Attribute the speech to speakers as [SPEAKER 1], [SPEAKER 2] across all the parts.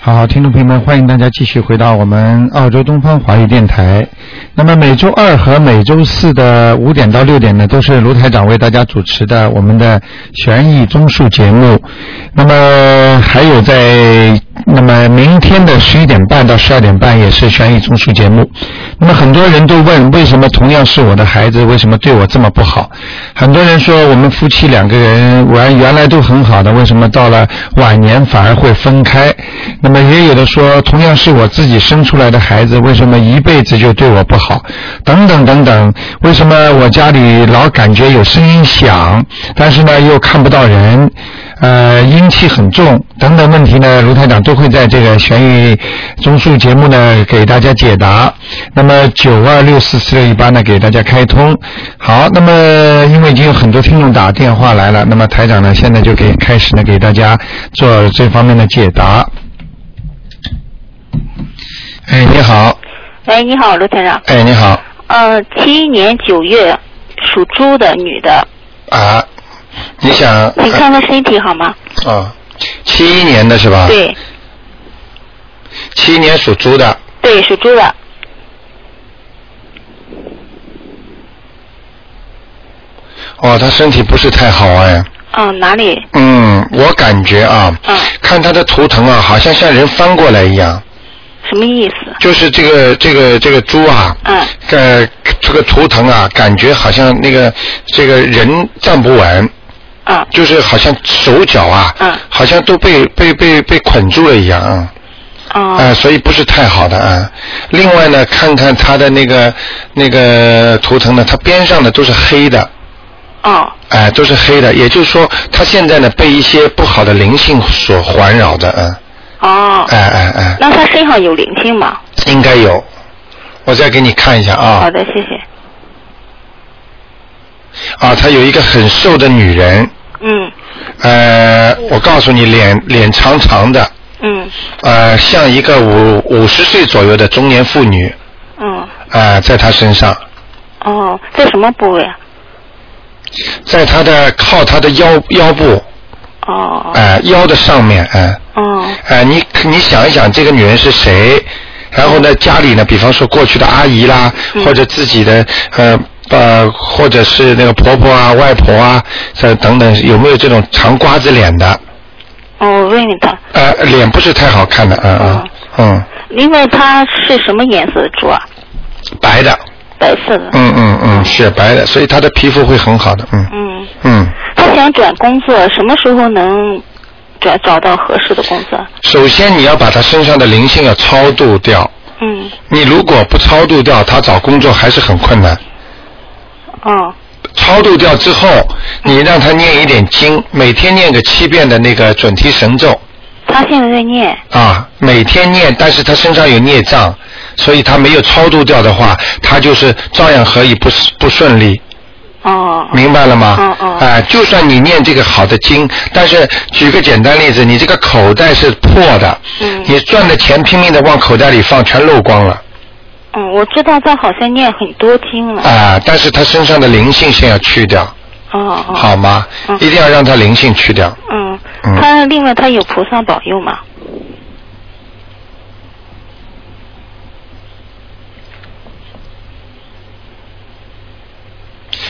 [SPEAKER 1] 好，听众朋友们，欢迎大家继续回到我们澳洲东方华语电台。那么每周二和每周四的五点到六点呢，都是卢台长为大家主持的我们的悬疑综述节目。那么还有在那么明天的十一点半到十二点半也是悬疑综述节目。那么很多人都问，为什么同样是我的孩子，为什么对我这么不好？很多人说我们夫妻两个人原原来都很好的，为什么到了晚年反而会分开？那么也有的说，同样是我自己生出来的孩子，为什么一辈子就对我不好？等等等等，为什么我家里老感觉有声音响，但是呢又看不到人？呃，阴气很重等等问题呢，卢台长都会在这个悬疑综述节目呢给大家解答。那么九二六四四六一八呢给大家开通。好，那么因为已经有很多听众打电话来了，那么台长呢现在就给开始呢给大家做这方面的解答。哎，你好，
[SPEAKER 2] 喂，你好，卢台长。
[SPEAKER 1] 哎，你好，
[SPEAKER 2] 呃，七一年九月属猪的女的，
[SPEAKER 1] 啊，你想，
[SPEAKER 2] 请看看身体好吗？
[SPEAKER 1] 哦，七一年的是吧？，
[SPEAKER 2] 对
[SPEAKER 1] 七一年属猪的，
[SPEAKER 2] 对，属猪的。
[SPEAKER 1] 哦，他身体不是太好哎。
[SPEAKER 2] 嗯，哪里？
[SPEAKER 1] 嗯，我感觉啊，
[SPEAKER 2] 嗯
[SPEAKER 1] 看他的图腾啊，好像像人翻过来一样，
[SPEAKER 2] 什么意思？
[SPEAKER 1] 就是这个这个这个猪啊，
[SPEAKER 2] 嗯
[SPEAKER 1] 呃，这个图腾啊，感觉好像那个这个人站不稳，
[SPEAKER 2] 嗯
[SPEAKER 1] 就是好像手脚啊，
[SPEAKER 2] 嗯
[SPEAKER 1] 好像都被被被被捆住了一样啊，啊、
[SPEAKER 2] 嗯
[SPEAKER 1] 所以不是太好的啊。另外呢，看看他的那个那个图腾呢，它边上的都是黑的，
[SPEAKER 2] 哦
[SPEAKER 1] 哎、都是黑的，也就是说，他现在呢被一些不好的灵性所环绕的，嗯、
[SPEAKER 2] 哦。
[SPEAKER 1] 哎哎哎，
[SPEAKER 2] 那她身上有灵性吗？
[SPEAKER 1] 应该有。我再给你看一下啊
[SPEAKER 2] 好的，谢谢。
[SPEAKER 1] 啊，她有一个很瘦的女人，
[SPEAKER 2] 嗯
[SPEAKER 1] 呃，我告诉你，脸脸长长的，
[SPEAKER 2] 嗯
[SPEAKER 1] 呃，像一个五五十岁左右的中年妇女
[SPEAKER 2] 嗯
[SPEAKER 1] 啊、在她身上，
[SPEAKER 2] 哦，在什么部位啊？
[SPEAKER 1] 在她的靠她的腰腰部，
[SPEAKER 2] 哦
[SPEAKER 1] 哎、腰的上面，哎、
[SPEAKER 2] 哦
[SPEAKER 1] 哎、你你想一想，这个女人是谁？然后呢，家里呢，比方说过去的阿姨啦，
[SPEAKER 2] 嗯
[SPEAKER 1] 或者自己的呃呃，或者是那个婆婆啊、外婆啊，这等等，有没有这种长瓜子脸的？
[SPEAKER 2] 哦，我问问她，
[SPEAKER 1] 呃，脸不是太好看的，嗯嗯嗯，
[SPEAKER 2] 另外她是什么颜色的猪啊？
[SPEAKER 1] 白的，
[SPEAKER 2] 白色的。
[SPEAKER 1] 嗯嗯嗯，雪白的，所以她的皮肤会很好的，嗯
[SPEAKER 2] 嗯。
[SPEAKER 1] 嗯。
[SPEAKER 2] 他想转工作，什么时候能转找到合适的工作？
[SPEAKER 1] 首先你要把她身上的灵性要超度掉，
[SPEAKER 2] 嗯，
[SPEAKER 1] 你如果不超度掉，她找工作还是很困难。
[SPEAKER 2] 哦，
[SPEAKER 1] 超度掉之后，你让他念一点经，每天念个七遍的那个准提神咒
[SPEAKER 2] 他现在在念，
[SPEAKER 1] 啊，每天念，但是他身上有孽障，所以他没有超度掉的话，他就是照样可以不不顺利，
[SPEAKER 2] 哦，
[SPEAKER 1] 明白了吗？
[SPEAKER 2] 嗯嗯
[SPEAKER 1] 啊、就算你念这个好的经，但是举个简单例子，你这个口袋是破的，
[SPEAKER 2] 嗯
[SPEAKER 1] 你赚的钱拼命的往口袋里放，全漏光了
[SPEAKER 2] 嗯，我知道他好像念很多经了，
[SPEAKER 1] 啊、但是他身上的灵性先要去掉，
[SPEAKER 2] 哦哦，
[SPEAKER 1] 好，吗？
[SPEAKER 2] 嗯
[SPEAKER 1] 一定要让他灵性去掉。
[SPEAKER 2] 嗯，
[SPEAKER 1] 嗯
[SPEAKER 2] 他另外他有菩萨保佑嘛？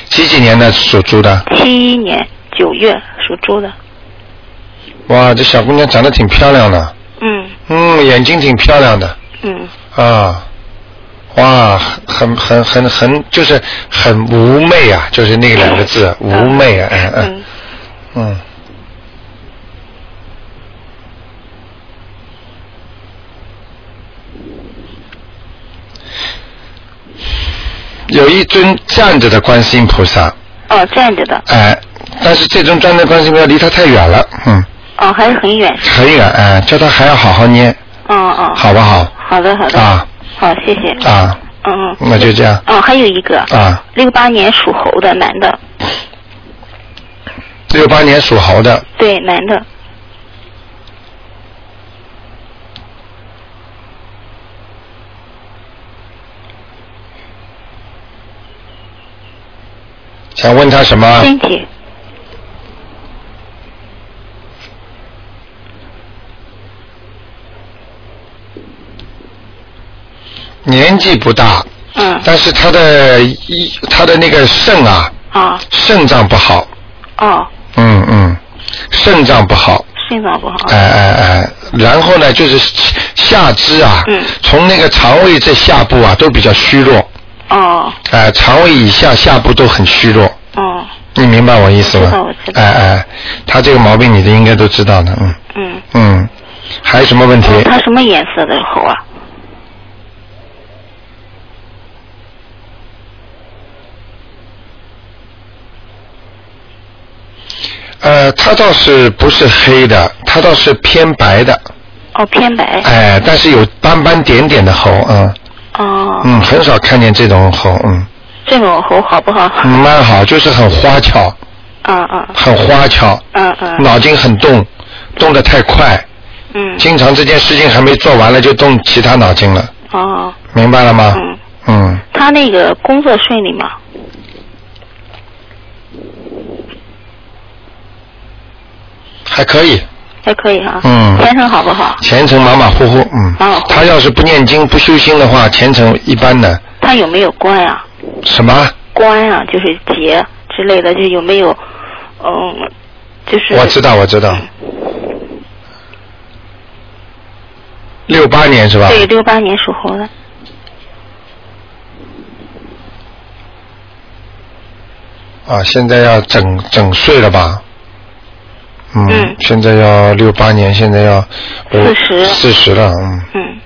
[SPEAKER 1] 几几年的属猪的？
[SPEAKER 2] 七一年九月属猪的，
[SPEAKER 1] 哇，这小姑娘长得挺漂亮的，
[SPEAKER 2] 嗯
[SPEAKER 1] 嗯，眼睛挺漂亮的
[SPEAKER 2] 嗯
[SPEAKER 1] 啊，哇，很很很很，就是很妩媚啊，就是那两个字，
[SPEAKER 2] 嗯
[SPEAKER 1] 妩媚啊，嗯嗯
[SPEAKER 2] 嗯，
[SPEAKER 1] 嗯。有一尊站着的观世音菩萨，
[SPEAKER 2] 哦，站着的，
[SPEAKER 1] 哎，但是这尊站着观世音菩萨离他太远了，嗯，
[SPEAKER 2] 哦，还是很远，
[SPEAKER 1] 很远，哎，叫他还要好好念，
[SPEAKER 2] 哦哦，
[SPEAKER 1] 好不好？
[SPEAKER 2] 好的好的，
[SPEAKER 1] 啊
[SPEAKER 2] 好，谢谢，
[SPEAKER 1] 啊，
[SPEAKER 2] 嗯嗯，
[SPEAKER 1] 那就这样
[SPEAKER 2] 哦，还有一个，
[SPEAKER 1] 啊。
[SPEAKER 2] 六八年属猴的男的，
[SPEAKER 1] 六八年属猴的，
[SPEAKER 2] 对，男的，
[SPEAKER 1] 想问他什么？
[SPEAKER 2] 身体，
[SPEAKER 1] 年纪不大，
[SPEAKER 3] 嗯
[SPEAKER 1] 但是他的一他的那个肾啊，
[SPEAKER 2] 哦
[SPEAKER 3] 啊
[SPEAKER 1] 肾脏不好，
[SPEAKER 3] 哦，
[SPEAKER 1] 嗯嗯，肾脏不好，
[SPEAKER 3] 肾脏不好。
[SPEAKER 1] 哎哎哎，然后呢就是下肢啊，
[SPEAKER 3] 嗯
[SPEAKER 1] 从那个肠胃这下部啊都比较虚弱，
[SPEAKER 3] 哦
[SPEAKER 1] 哎、肠胃以下下部都很虚弱，
[SPEAKER 3] 哦
[SPEAKER 1] 你明白我意思
[SPEAKER 3] 我知道
[SPEAKER 1] 吗
[SPEAKER 3] 我知？道
[SPEAKER 1] 哎哎，他这个毛病你的应该都知道的，嗯
[SPEAKER 3] 嗯。
[SPEAKER 1] 嗯，还有什么问题？
[SPEAKER 3] 哦它什么颜色的猴啊？
[SPEAKER 1] 呃，他倒是不是黑的，他倒是偏白的，
[SPEAKER 3] 哦，偏白。
[SPEAKER 1] 哎，但是有斑斑点点的猴，嗯
[SPEAKER 3] 哦，
[SPEAKER 1] 嗯，很少看见这种猴，嗯，
[SPEAKER 3] 这种猴好不好？
[SPEAKER 1] 嗯蛮好，就是很花巧，
[SPEAKER 3] 嗯嗯
[SPEAKER 1] 很花巧，
[SPEAKER 3] 嗯嗯
[SPEAKER 1] 脑筋很动，动得太快，
[SPEAKER 3] 嗯。
[SPEAKER 1] 经常这件事情还没做完了就动其他脑筋了，
[SPEAKER 3] 哦，
[SPEAKER 1] 明白了吗？
[SPEAKER 3] 嗯，
[SPEAKER 1] 嗯，
[SPEAKER 3] 他那个工作顺利吗？
[SPEAKER 1] 还可以，
[SPEAKER 3] 还可以哈。
[SPEAKER 1] 嗯
[SPEAKER 3] 先生好不好？
[SPEAKER 1] 前程马马虎虎，嗯
[SPEAKER 3] 马马虎，
[SPEAKER 1] 他要是不念经不修心的话，前程一般的。
[SPEAKER 3] 他有没有官啊？
[SPEAKER 1] 什么？
[SPEAKER 3] 官啊，就是节之类的，就有没有？嗯，就是。嗯
[SPEAKER 1] 我知道，我知道。六八年是吧？
[SPEAKER 3] 对，六八年属猴的。
[SPEAKER 1] 啊，现在要整整岁了吧？嗯，
[SPEAKER 3] 嗯
[SPEAKER 1] 现在要六八年，现在要
[SPEAKER 3] 40
[SPEAKER 1] 四十了，嗯，
[SPEAKER 3] 嗯。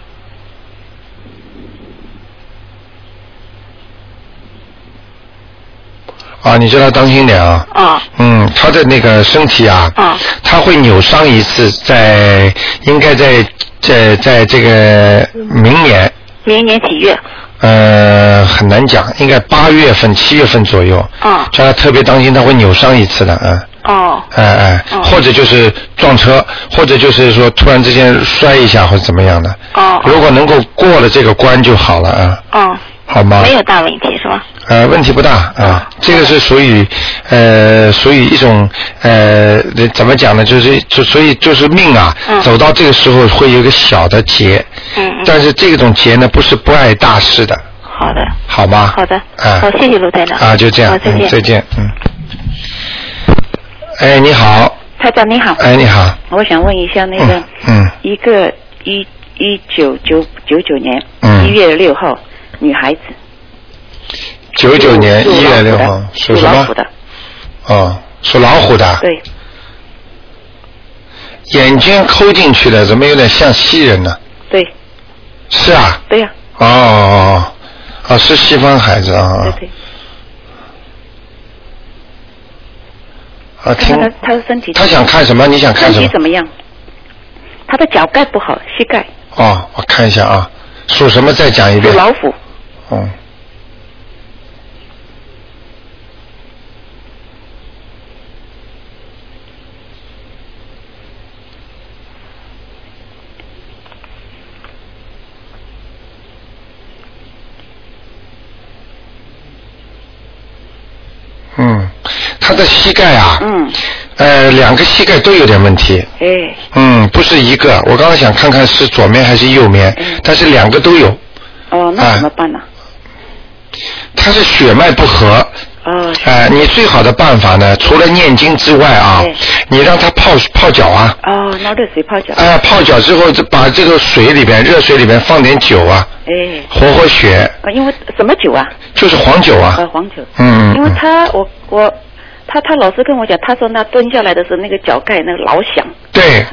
[SPEAKER 1] 啊，你叫他当心点啊，
[SPEAKER 3] 啊
[SPEAKER 1] 嗯，他的那个身体啊，
[SPEAKER 3] 啊
[SPEAKER 1] 他会扭伤一次，在应该在在在这个明年，
[SPEAKER 3] 明年几月？
[SPEAKER 1] 呃，很难讲，应该八月份、七月份左右，
[SPEAKER 3] 啊
[SPEAKER 1] 叫他特别当心，他会扭伤一次的，嗯。
[SPEAKER 3] 哦
[SPEAKER 1] 哎哎，
[SPEAKER 3] 哦
[SPEAKER 1] 或者就是撞车，或者就是说突然之间摔一下或者怎么样的。
[SPEAKER 3] 哦
[SPEAKER 1] 如果能够过了这个关就好了啊，
[SPEAKER 3] 哦，
[SPEAKER 1] 好吗
[SPEAKER 3] 没？有大问题是吧？
[SPEAKER 1] 呃，问题不大啊，这个是属于呃属于一种呃怎么讲呢？就是就所以就是命啊，
[SPEAKER 3] 嗯
[SPEAKER 1] 走到这个时候会有一个小的劫，
[SPEAKER 3] 嗯嗯，
[SPEAKER 1] 但是这种劫呢不是不碍大事的，
[SPEAKER 3] 好的。
[SPEAKER 1] 好吗？
[SPEAKER 3] 好的，
[SPEAKER 1] 啊
[SPEAKER 3] 好，谢谢卢台长。
[SPEAKER 1] 啊，就这样
[SPEAKER 3] 好，再
[SPEAKER 1] 嗯
[SPEAKER 3] 见。
[SPEAKER 1] 再见，嗯。哎，你好，
[SPEAKER 4] 台长你好，
[SPEAKER 1] 哎，你好，
[SPEAKER 4] 我想问一下那个、
[SPEAKER 1] 嗯嗯
[SPEAKER 4] 一个一一九九九九年
[SPEAKER 1] 嗯
[SPEAKER 4] 一月六号女孩子，
[SPEAKER 1] 九九年
[SPEAKER 4] 属
[SPEAKER 1] 一月六号属
[SPEAKER 4] 属
[SPEAKER 1] 什
[SPEAKER 4] 老
[SPEAKER 1] 么
[SPEAKER 4] 虎？的，
[SPEAKER 1] 哦，属老虎的。
[SPEAKER 4] 对，
[SPEAKER 1] 眼睛抠进去的，怎么有点像西人呢？
[SPEAKER 4] 对
[SPEAKER 1] 是啊。
[SPEAKER 4] 对呀、
[SPEAKER 1] 哦哦哦，哦，是西方孩子啊
[SPEAKER 4] 对对，
[SPEAKER 1] 啊！听
[SPEAKER 4] 看看他他的身体
[SPEAKER 1] 他想看什么？你想看
[SPEAKER 4] 身
[SPEAKER 1] 什
[SPEAKER 4] 体
[SPEAKER 1] 么？
[SPEAKER 4] 怎么样？她的脚盖不好，膝盖
[SPEAKER 1] 哦，我看一下啊，属什么？再讲一
[SPEAKER 4] 属
[SPEAKER 1] 遍。
[SPEAKER 4] 老虎，
[SPEAKER 1] 嗯。嗯，他的膝盖啊，
[SPEAKER 4] 嗯，
[SPEAKER 1] 呃，两个膝盖都有点问题。
[SPEAKER 4] 哎，
[SPEAKER 1] 嗯，不是一个，我刚刚想看看是左面还是右面
[SPEAKER 4] 嗯，
[SPEAKER 1] 但是两个都有。
[SPEAKER 4] 哦，
[SPEAKER 1] 哎
[SPEAKER 4] 那怎么办呢、
[SPEAKER 1] 他是血脉不和，
[SPEAKER 4] 哦，
[SPEAKER 1] 哎，你最好的办法呢，除了念经之外啊
[SPEAKER 4] 对，
[SPEAKER 1] 你让他泡泡脚啊，
[SPEAKER 4] 哦，那热水泡脚，
[SPEAKER 1] 哎，泡脚之后，就把这个水里边热水里边放点酒啊，
[SPEAKER 4] 哎，
[SPEAKER 1] 活活血，
[SPEAKER 4] 啊，因为什么酒啊？
[SPEAKER 1] 就是黄酒啊
[SPEAKER 4] 呃，，黄酒。
[SPEAKER 1] 嗯嗯
[SPEAKER 4] 因为他，我我他他老是跟我讲，他说那蹲下来的时候，那个脚盖那个老响。
[SPEAKER 1] 对，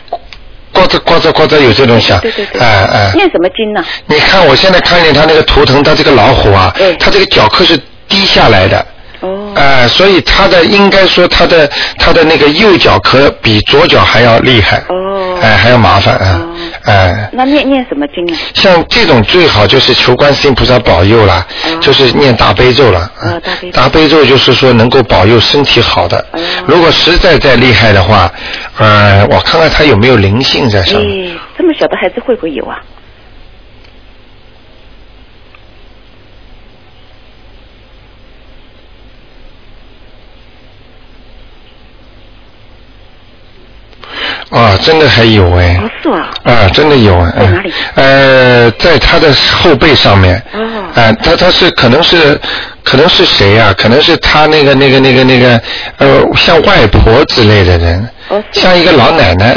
[SPEAKER 1] 呱着呱着呱着有这种响
[SPEAKER 4] 对对，对。
[SPEAKER 1] 哎哎，
[SPEAKER 4] 念什么经啊呢？
[SPEAKER 1] 你看我现在看见他那个图腾，他这个老虎啊
[SPEAKER 4] 对，
[SPEAKER 1] 他这个脚壳是低下来的。
[SPEAKER 4] 哦。
[SPEAKER 1] 哎、所以他的应该说他的他的那个右脚壳比左脚还要厉害，
[SPEAKER 4] 哦
[SPEAKER 1] 哎、还要麻烦啊
[SPEAKER 4] 哦，
[SPEAKER 1] 哎、
[SPEAKER 4] 那念念什么经啊呢？
[SPEAKER 1] 像这种最好就是求观世音菩萨保佑啦，
[SPEAKER 4] 哦
[SPEAKER 1] 就是念大悲咒了。嗯
[SPEAKER 4] 哦大悲咒
[SPEAKER 1] 大悲咒就是说能够保佑身体好的。
[SPEAKER 4] 哦
[SPEAKER 1] 如果实在再厉害的话，呃，我看看他有没有灵性在上面。
[SPEAKER 4] 哎，这么小的孩子会不会有啊？
[SPEAKER 1] 啊，真的还有哎。
[SPEAKER 4] 哦，是吧？
[SPEAKER 1] 啊，真的有，
[SPEAKER 4] 在
[SPEAKER 1] 嗯
[SPEAKER 4] 哪里，
[SPEAKER 1] 呃，在他的后背上面，
[SPEAKER 4] 哦
[SPEAKER 1] 啊，他他是可能是可能是谁啊？可能是他那个那个那个那个呃，像外婆之类的人，
[SPEAKER 4] 哦，是
[SPEAKER 1] 像一个老奶奶，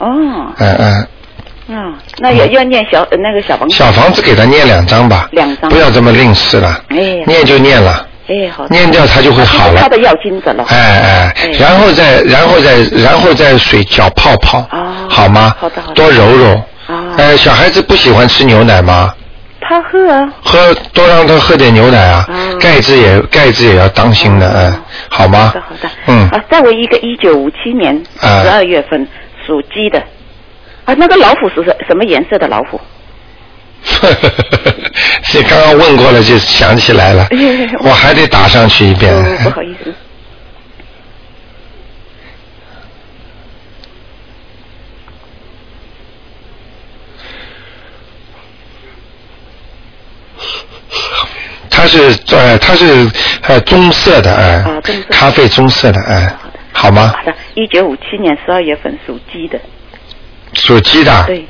[SPEAKER 1] 嗯
[SPEAKER 4] 哦，
[SPEAKER 1] 嗯嗯，
[SPEAKER 4] 嗯，那也要念小呃那个小房子
[SPEAKER 1] 小房子给他念两张吧，
[SPEAKER 4] 两张
[SPEAKER 1] 不。要这么吝啬了，
[SPEAKER 4] 哎呀，
[SPEAKER 1] 念就念了，
[SPEAKER 4] 哎，好的。
[SPEAKER 1] 念掉他就会好
[SPEAKER 4] 他
[SPEAKER 1] 了，
[SPEAKER 4] 的要金子了。
[SPEAKER 1] 哎哎
[SPEAKER 4] 哎，
[SPEAKER 1] 然后再然后再然后再水搅泡泡
[SPEAKER 4] 哦，
[SPEAKER 1] 好吗？
[SPEAKER 4] 好的好的
[SPEAKER 1] 多揉揉。
[SPEAKER 4] 啊，
[SPEAKER 1] 呃，小孩子不喜欢吃牛奶吗？
[SPEAKER 4] 他喝啊。
[SPEAKER 1] 喝多让他喝点牛奶啊，
[SPEAKER 4] 嗯
[SPEAKER 1] 钙质也钙质也要当心的，嗯，好吗
[SPEAKER 4] 哦好的，？好的。
[SPEAKER 1] 嗯
[SPEAKER 4] 啊，再为一个一九五七年
[SPEAKER 1] 啊
[SPEAKER 4] 十二月份属鸡的。啊，那个老虎是什什么颜色的老虎？
[SPEAKER 1] 你刚刚问过了，就想起来 了，我还得打上去一遍。哎
[SPEAKER 4] 哦，不好意思。
[SPEAKER 1] 它是呃，它是呃棕色的，哎、
[SPEAKER 4] 啊棕色
[SPEAKER 1] 咖啡棕色的，哎、好吗？
[SPEAKER 4] 好的，一九五七年十二月份属鸡的。
[SPEAKER 1] 属鸡的，
[SPEAKER 4] 对，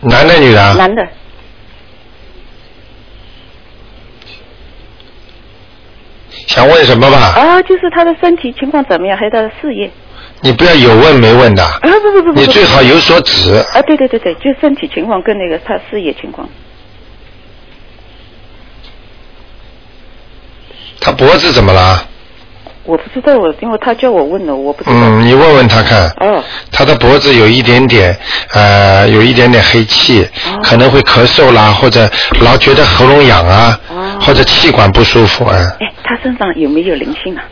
[SPEAKER 1] 男的女的？
[SPEAKER 4] 男的。
[SPEAKER 1] 想问什么吧？
[SPEAKER 4] 啊，就是他的身体情况怎么样，还有他的事业。
[SPEAKER 1] 你不要有问没问的，
[SPEAKER 4] 啊，不不不不。
[SPEAKER 1] 你
[SPEAKER 4] 不
[SPEAKER 1] 最好有所指。
[SPEAKER 4] 啊，对对对对，就身体情况跟那个他事业情况。
[SPEAKER 1] 他脖子怎么了？
[SPEAKER 4] 我不知道，我因为他叫我问了，我不知道。
[SPEAKER 1] 嗯，你问问他看。
[SPEAKER 4] 哦，
[SPEAKER 1] 他的脖子有一点点，呃，有一点点黑气，
[SPEAKER 4] 哦
[SPEAKER 1] 可能会咳嗽啦，或者老觉得喉咙痒啊，
[SPEAKER 4] 哦
[SPEAKER 1] 或者气管不舒服啊。
[SPEAKER 4] 哎，他身上有没有灵性啊？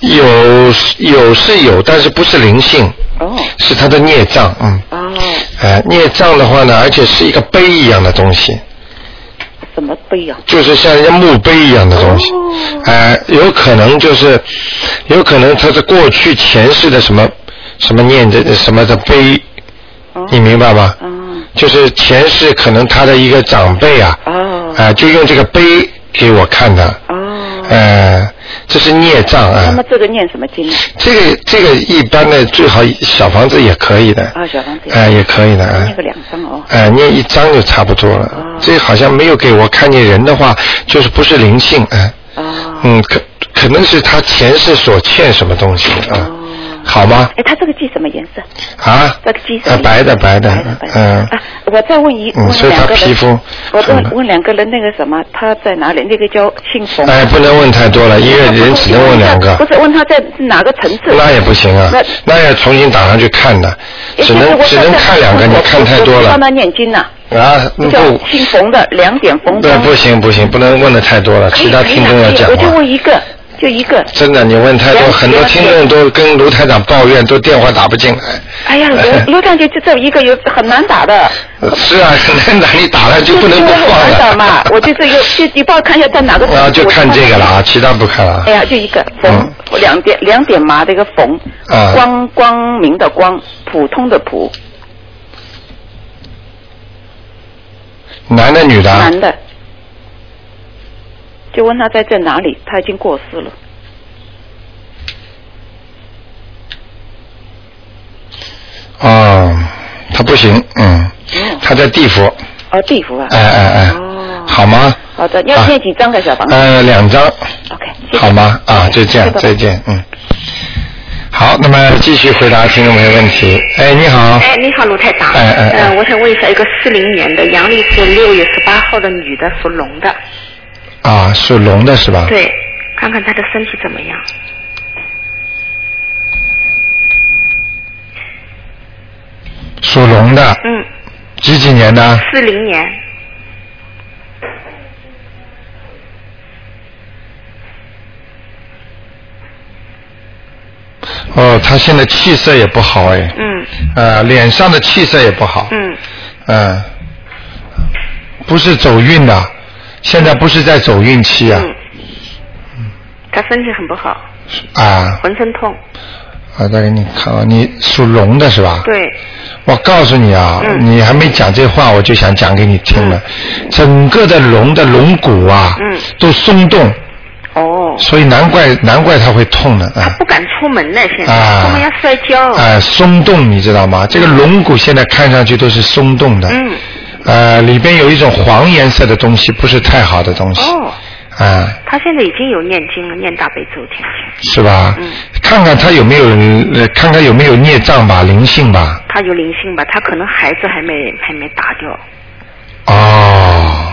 [SPEAKER 1] 有有是有，但是不是灵性，
[SPEAKER 4] 哦，
[SPEAKER 1] 是他的孽障，嗯，
[SPEAKER 4] 哦，
[SPEAKER 1] 呃，孽障的话呢，而且是一个碑一样的东西，
[SPEAKER 4] 什么悲啊？
[SPEAKER 1] 就是像人家墓碑一样的东西，
[SPEAKER 4] 哦
[SPEAKER 1] 哎、有可能就是，有可能他是过去前世的什么什么念的什么的碑，
[SPEAKER 4] 哦
[SPEAKER 1] 你明白吗？
[SPEAKER 4] 啊
[SPEAKER 1] 就是前世可能他的一个长辈啊，啊、
[SPEAKER 4] 哦
[SPEAKER 1] 就用这个碑给我看的，
[SPEAKER 4] 哦，
[SPEAKER 1] 呃，这是孽障
[SPEAKER 4] 那
[SPEAKER 1] 啊
[SPEAKER 4] 么。这个念什么经呢？
[SPEAKER 1] 这个这个一般的最好小房子也可以的，
[SPEAKER 4] 啊，小房子
[SPEAKER 1] 哎、也可以的啊
[SPEAKER 4] 念。个两张哦。
[SPEAKER 1] 哎、念一张就差不多了。
[SPEAKER 4] 哦
[SPEAKER 1] 这好像没有给我看见人的话，就是不是灵性，哎、
[SPEAKER 4] 哦
[SPEAKER 1] 嗯，可可能是他前世所欠什么东西啊、
[SPEAKER 4] 哦，
[SPEAKER 1] 好吗？
[SPEAKER 4] 哎，他这个鸡什么颜色？
[SPEAKER 1] 啊？
[SPEAKER 4] 这个鸡什
[SPEAKER 1] 呃，
[SPEAKER 4] 么
[SPEAKER 1] 白的白的
[SPEAKER 4] 白的，白的。
[SPEAKER 1] 嗯，
[SPEAKER 4] 啊，我再问一
[SPEAKER 1] 嗯
[SPEAKER 4] 问
[SPEAKER 1] 所以他
[SPEAKER 4] 两个人
[SPEAKER 1] 皮肤嗯
[SPEAKER 4] 我再
[SPEAKER 1] 很
[SPEAKER 4] 问两个人那个什么，他在哪里？那个叫姓冯。
[SPEAKER 1] 哎，不能问太多
[SPEAKER 4] 啊
[SPEAKER 1] 了，一个人只能问两个。
[SPEAKER 4] 不是问他在哪个城市？
[SPEAKER 1] 那也不行啊
[SPEAKER 4] 那，
[SPEAKER 1] 那要重新打上去看的，
[SPEAKER 4] 哎
[SPEAKER 1] 只能只能看两个，你看太多了
[SPEAKER 4] 帮他念经呐，
[SPEAKER 1] 啊！嗯
[SPEAKER 4] 叫
[SPEAKER 1] 不，
[SPEAKER 4] 姓冯的，两点冯
[SPEAKER 1] 那
[SPEAKER 4] 钟。
[SPEAKER 1] 不行不行，不能问的太多了，
[SPEAKER 4] 可
[SPEAKER 1] 其
[SPEAKER 4] 以
[SPEAKER 1] 他
[SPEAKER 4] 可以
[SPEAKER 1] 听
[SPEAKER 4] 的
[SPEAKER 1] 众要
[SPEAKER 4] 可以
[SPEAKER 1] 讲
[SPEAKER 4] 我就
[SPEAKER 1] 话。
[SPEAKER 4] 问一个，就一个。
[SPEAKER 1] 真的，你问太多，
[SPEAKER 4] 了解
[SPEAKER 1] 很多听众都跟卢台长抱怨，都电话打不进来。
[SPEAKER 4] 哎呀，罗 罗将军就这一个有很难打的，
[SPEAKER 1] 是啊，很难打，你打了 就不能
[SPEAKER 4] 哦因
[SPEAKER 1] 不
[SPEAKER 4] 为很
[SPEAKER 1] 放
[SPEAKER 4] 难打
[SPEAKER 1] 了。
[SPEAKER 4] 嘛。我就这个，就你帮我看一下在 哪个城市。
[SPEAKER 1] 然后就
[SPEAKER 4] 我
[SPEAKER 1] 看这个了
[SPEAKER 4] 看
[SPEAKER 1] 啊，其他不看了
[SPEAKER 4] 哎。呀，就一个冯
[SPEAKER 1] 嗯，
[SPEAKER 4] 我两点两点麻的一个冯，
[SPEAKER 1] 啊
[SPEAKER 4] 哎光光明的光，普通的普，
[SPEAKER 1] 男的女的啊？
[SPEAKER 4] 男的。就问他在这哪里，他已经过世了。
[SPEAKER 1] 哦，他不行，嗯，
[SPEAKER 4] 嗯，
[SPEAKER 1] 他在地府，
[SPEAKER 4] 哦，地府啊。
[SPEAKER 1] 哎哎哎
[SPEAKER 4] 哦，
[SPEAKER 1] 好吗？
[SPEAKER 4] 好的，要
[SPEAKER 1] 啊
[SPEAKER 4] 念几张的小房子
[SPEAKER 1] 呃，两张。
[SPEAKER 4] ？OK，谢谢
[SPEAKER 1] 好吗？
[SPEAKER 2] 嗯
[SPEAKER 1] 啊，就这样，
[SPEAKER 4] 是的
[SPEAKER 1] 再见，嗯。好，那么继续回答听众朋友问题。哎，你好，
[SPEAKER 2] 哎，你好，卢太长。
[SPEAKER 1] 哎哎哎
[SPEAKER 2] 呃，我想问一下，一个四零年的，阳历是六月十八号的女的，属龙的。
[SPEAKER 1] 啊，属龙的是吧？。
[SPEAKER 2] 对，看看她的身体怎么样。
[SPEAKER 1] 属龙的，
[SPEAKER 2] 嗯，
[SPEAKER 1] 几几年的？
[SPEAKER 2] 四零年。
[SPEAKER 1] 哦，他现在气色也不好哎，
[SPEAKER 2] 嗯
[SPEAKER 1] 呃，脸上的气色也不好，
[SPEAKER 2] 嗯，
[SPEAKER 1] 嗯，不是走运的，现在不是在走运气啊，
[SPEAKER 2] 嗯，他身体很不好，
[SPEAKER 1] 啊
[SPEAKER 2] 浑身痛。
[SPEAKER 1] 啊！再给你看啊，你属龙的是吧？
[SPEAKER 2] 对，
[SPEAKER 1] 我告诉你啊，
[SPEAKER 2] 嗯
[SPEAKER 1] 你还没讲这话，我就想讲给你听了。整个的龙的龙骨啊，
[SPEAKER 2] 嗯
[SPEAKER 1] 都松动，
[SPEAKER 2] 哦，
[SPEAKER 1] 所以难怪难怪它会痛呢
[SPEAKER 2] 他
[SPEAKER 1] 啊。
[SPEAKER 2] 不敢出门呢，现在
[SPEAKER 1] 啊
[SPEAKER 2] 出门要摔跤。
[SPEAKER 1] 哎、松动，你知道吗？这个龙骨现在看上去都是松动的，
[SPEAKER 2] 嗯，
[SPEAKER 1] 呃，里边有一种黄颜色的东西，不是太好的东西，
[SPEAKER 2] 哦，
[SPEAKER 1] 啊、
[SPEAKER 2] 他现在已经有念经了，念大悲咒天天。
[SPEAKER 1] 是吧？
[SPEAKER 2] 嗯
[SPEAKER 1] 看看他有没有，呃，看看有没有孽障吧，灵性吧。
[SPEAKER 2] 他有灵性吧？他可能孩子还没还没打掉。
[SPEAKER 1] 哦，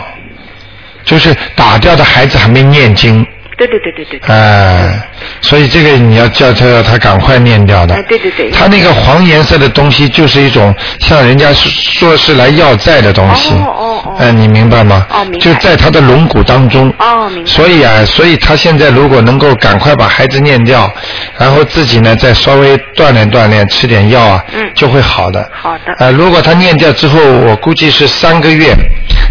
[SPEAKER 1] 就是打掉的孩子还没念经，
[SPEAKER 2] 对对对对对。
[SPEAKER 1] 哎、所以这个你要叫他要他赶快念掉的。
[SPEAKER 2] 哎对对对
[SPEAKER 1] 他那个黄颜色的东西就是一种像人家说是来要债的东西。
[SPEAKER 2] 哦哦哦
[SPEAKER 1] 哎你明白吗？
[SPEAKER 2] 哦明白
[SPEAKER 1] 就在他的龙骨当中。
[SPEAKER 2] 哦，明白。
[SPEAKER 1] 所以啊，所以他现在如果能够赶快把孩子念掉，然后自己呢再稍微锻炼锻炼，吃点药啊，
[SPEAKER 2] 嗯
[SPEAKER 1] 就会好的。
[SPEAKER 2] 好的
[SPEAKER 1] 呃，如果他念掉之后，我估计是三个月，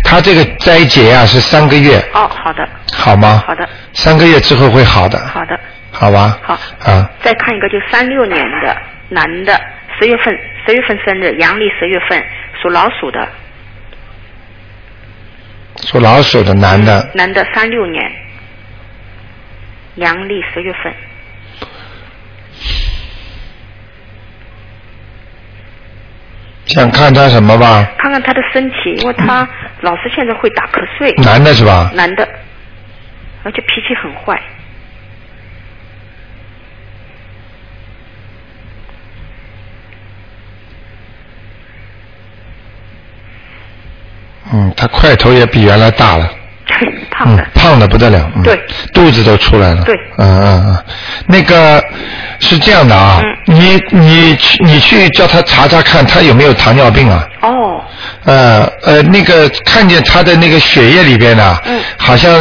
[SPEAKER 1] 他这个灾劫啊是三个月，
[SPEAKER 2] 哦，好的，
[SPEAKER 1] 好吗？
[SPEAKER 2] 好的，
[SPEAKER 1] 三个月之后会好的，
[SPEAKER 2] 好的。
[SPEAKER 1] 好吧？
[SPEAKER 2] 好
[SPEAKER 1] 啊，
[SPEAKER 2] 再看一个，就三六年的男的，十月份十月份生日，阳历十月份，属老鼠的
[SPEAKER 1] 属老鼠的男的，
[SPEAKER 2] 嗯男的，三六年，阳历十月份，
[SPEAKER 1] 想看他什么吧？
[SPEAKER 2] 看看他的身体，因为
[SPEAKER 1] 嗯
[SPEAKER 2] 他老是现在会打瞌睡，
[SPEAKER 1] 男的是吧？
[SPEAKER 2] 男的，而且脾气很坏，
[SPEAKER 1] 嗯，他块头也比原来大了。
[SPEAKER 2] 胖的
[SPEAKER 1] 嗯，，胖的不得了，嗯、
[SPEAKER 2] 对，
[SPEAKER 1] 肚子都出来了，
[SPEAKER 2] 对
[SPEAKER 1] 嗯嗯嗯，那个是这样的啊，
[SPEAKER 2] 嗯
[SPEAKER 1] 你你去你去叫他查查看他有没有糖尿病啊，
[SPEAKER 2] 哦，
[SPEAKER 1] 呃呃，那个看见他的那个血液里边呢、啊
[SPEAKER 2] 嗯
[SPEAKER 1] 好像